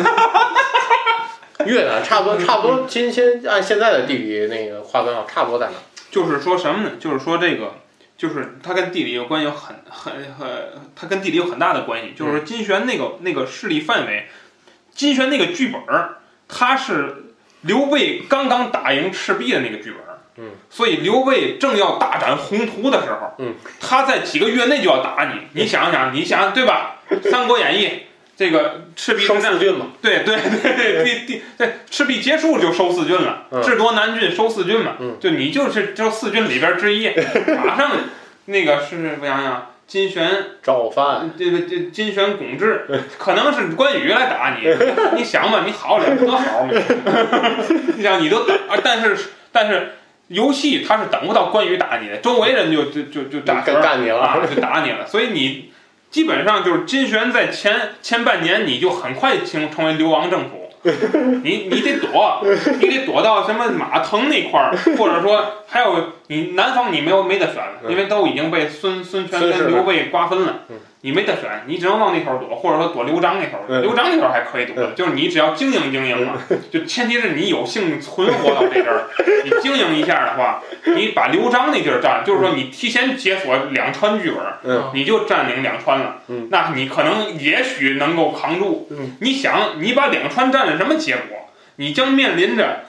Speaker 1: 越南差不多，差不多，今先按现在的地理那个划分啊，差不多在哪？
Speaker 3: 就是说什么呢？就是说这个，就是它跟地理有关有很很很，它跟地理有很大的关系。就是说金旋那个那个势力范围，金旋那个剧本儿，它是刘备刚刚打赢赤壁的那个剧本儿。
Speaker 1: 嗯，
Speaker 3: 所以刘备正要大展宏图的时候，
Speaker 1: 嗯，
Speaker 3: 他在几个月内就要打你。你想想，你想对吧？《三国演义》这个赤壁
Speaker 1: 生
Speaker 3: 之战
Speaker 1: 四郡嘛，
Speaker 3: 对对对，第第对赤壁结束就收四郡了
Speaker 1: 嗯，
Speaker 3: 智夺南郡收四郡嘛
Speaker 1: 嗯，
Speaker 3: 就你就是这四郡里边之 一，马上那个是我想想，金旋
Speaker 1: 赵范，
Speaker 3: 这个这金旋巩志，可能是关羽来打 你，你想吧，你好了多好嘛， 你想你都打，啊但是但是游戏它是等不到关羽打你的，周围人就就就就打
Speaker 1: 干
Speaker 3: 圈儿
Speaker 1: 干你
Speaker 3: 啊，
Speaker 1: 了，
Speaker 3: 就打你了。所以你基本上就是金旋在前前半年，你就很快成成为流亡政 府。你你得躲，你得躲到什么马腾那块儿，或者说还有你南方你没有没得选了，
Speaker 1: 嗯
Speaker 3: 因为都已经被孙孙权
Speaker 1: 孙氏
Speaker 3: 跟刘备瓜分了
Speaker 1: 嗯，
Speaker 3: 你没得选，你只能往那头躲，或者说躲刘璋那头。
Speaker 1: 嗯
Speaker 3: 刘璋那头还可以躲，
Speaker 1: 嗯
Speaker 3: 就是你只要经营经营嘛， 就前提是你有幸存活到这阵儿，你经营一下的话，你把刘璋那地儿占了，就是说你提前解锁两川剧本，
Speaker 1: 嗯
Speaker 3: 你就占领两川了，
Speaker 1: 嗯
Speaker 3: 那你可能也许能够扛住。
Speaker 1: 嗯
Speaker 3: 你想，你把两川占了什么结果？你将面临着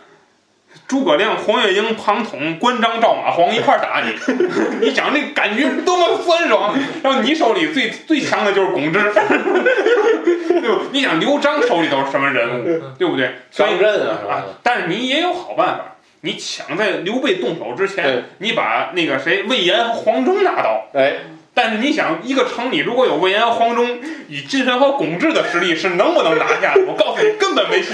Speaker 3: 诸葛亮、黄月英、庞统、关张、赵马黄一块儿打你。你 想这感觉多么酸爽！然后你手里最最强的就是巩之， 对吧？你想刘璋手里都是什么人物，对不对？所以
Speaker 1: 张震啊什么
Speaker 3: 啊
Speaker 1: 的，，
Speaker 3: 但是你也有好办法，你抢在刘备动手之
Speaker 1: 对
Speaker 3: 前，你把那个谁魏延、黄忠拿到。
Speaker 1: 哎，
Speaker 3: 但是你想，一个城里如果有魏延、黄忠以金神和巩志的实力，是能不能拿下的？我告诉你，根本没戏。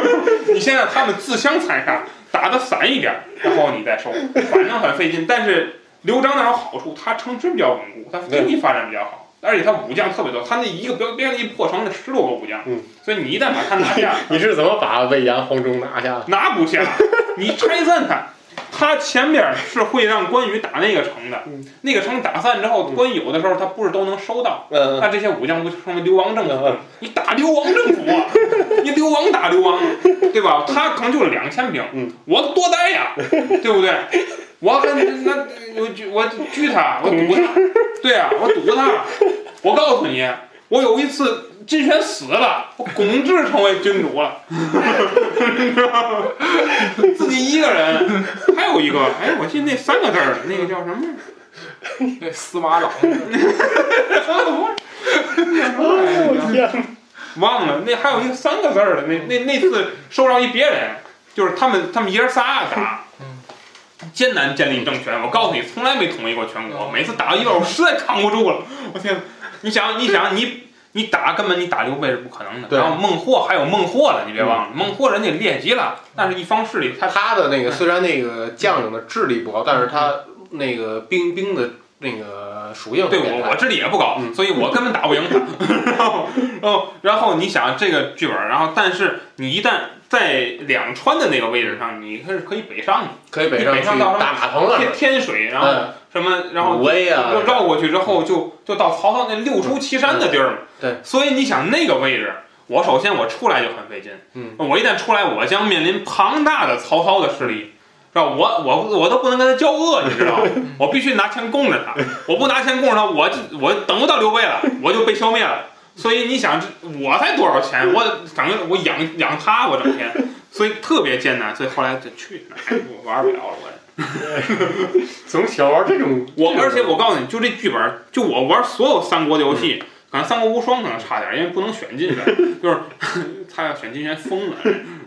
Speaker 3: 你先让他们自相残杀，打得散一点，然后你再收，反正很费劲。但是刘璋那有好处，他城池比较稳固，他经济发展比较好，而且他武将特别多，他那一个边边一破城，那十多个武将，
Speaker 1: 嗯
Speaker 3: 所以你一旦把他拿下，
Speaker 1: 你是怎么把魏延、黄忠拿下的？
Speaker 3: 拿不下，你拆散他。他前边是会让关羽打那个城的
Speaker 1: 嗯，
Speaker 3: 那个城打散之后，
Speaker 1: 嗯
Speaker 3: 关羽有的时候他不是都能收到，
Speaker 1: 嗯
Speaker 3: 那这些武将不就成为流亡政府
Speaker 1: 嗯
Speaker 3: 了？你打流亡政府啊，你流亡打流亡，对吧？他可能就两千兵
Speaker 1: 嗯，
Speaker 3: 我多待呀，对不对？我跟那我拘我拘他，我堵他，对啊，我堵他。我告诉你，我有一次金泉死了，我巩志成为君主了， 你知道吗？自己一个人，还有一个，哎，我记得那三个字儿，那个叫什么？
Speaker 4: 那司 马朗，
Speaker 3: 哎
Speaker 1: 我天！
Speaker 3: 忘了，那还有一个三个字儿的，那
Speaker 1: 嗯
Speaker 3: 那那次收着一别人，就是他们他们爷儿仨
Speaker 1: 嗯
Speaker 3: 打，艰难建立政权。我告诉你，从来没统一过全
Speaker 1: 嗯
Speaker 3: 国，每次打到一半，我实在扛不住了，我天！你想，你想，你你打根本你打刘备是不可能的。
Speaker 1: 对嗯
Speaker 3: 然后孟获还有孟获了，你别忘了，孟获人家劣极了，那是一方势力，他
Speaker 1: 他的那个虽然那个将领的智力不高，但是他那个兵兵的那个属性
Speaker 3: 对
Speaker 1: 很变
Speaker 3: 我
Speaker 1: 态
Speaker 3: 我智力也不高，
Speaker 1: 嗯
Speaker 3: 所以我根本打不赢他。 然后，然后，然后你想这个剧本儿，然后但是你一旦在两川的那个位置上，你是可以北上的，
Speaker 1: 可以北上
Speaker 3: 北上
Speaker 1: 去
Speaker 3: 到
Speaker 1: 打马腾了
Speaker 3: 天
Speaker 1: 是吧，
Speaker 3: 天水，然后
Speaker 1: 嗯，
Speaker 3: 什么，然后
Speaker 1: 武威啊，
Speaker 3: 绕绕过去之后就就到曹操那六出祁山的地儿嘛。
Speaker 1: 嗯对，
Speaker 3: 所以你想那个位置，我首先我出来就很费劲，
Speaker 1: 嗯，
Speaker 3: 我一旦出来，我将面临庞大的曹操的势力。是吧？我我我都不能跟他交恶，你知道吗？我必须拿钱供着他，我不拿钱供着他，我就我等不到刘备了，我就被消灭了。所以你想，这我才多少钱？我等于我养养他，我整天，所以特别艰难。所以后来就去，哎我玩不了了，我
Speaker 1: 总喜欢玩这种
Speaker 3: 我而且我告诉你，就这剧本儿，就我玩所有三国的游戏，可能三国无双可能差点儿，因为不能选进来，就是他要选金旋疯了，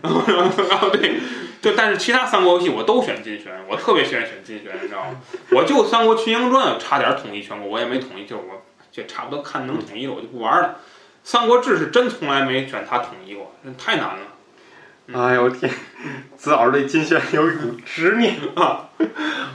Speaker 3: 然后然后然后对，就但是其他三国游戏我都选金旋，我特别喜欢选金旋，你知道吗？我就《三国群英传》差点儿统一全国，我也没统一，就是我就差不多看能统一了，我就不玩了。《三国志》是真从来没选它统一过，真太难了。
Speaker 1: 哎呦我天！ 子老师对金旋有一股执念啊！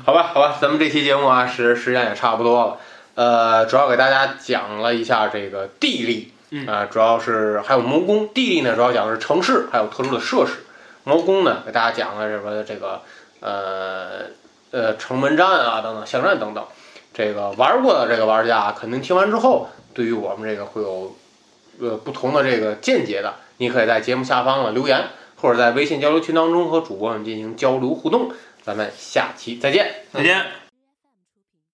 Speaker 1: 好吧，好吧，咱们这期节目啊，时时间也差不多了。呃，主要给大家讲了一下这个地利，
Speaker 3: 嗯
Speaker 1: 啊、主要是还有魔宫。地利呢，主要讲的是城市，还有特殊的设施。魔宫呢，给大家讲了什么这个呃呃城门战啊等等，巷战等等。这个玩过的这个玩家肯定听完之后，对于我们这个会有呃不同的这个见解的，你可以在节目下方了留言。或者在微信交流群当中和主播们进行交流互动。咱们下期再见。
Speaker 3: 再见。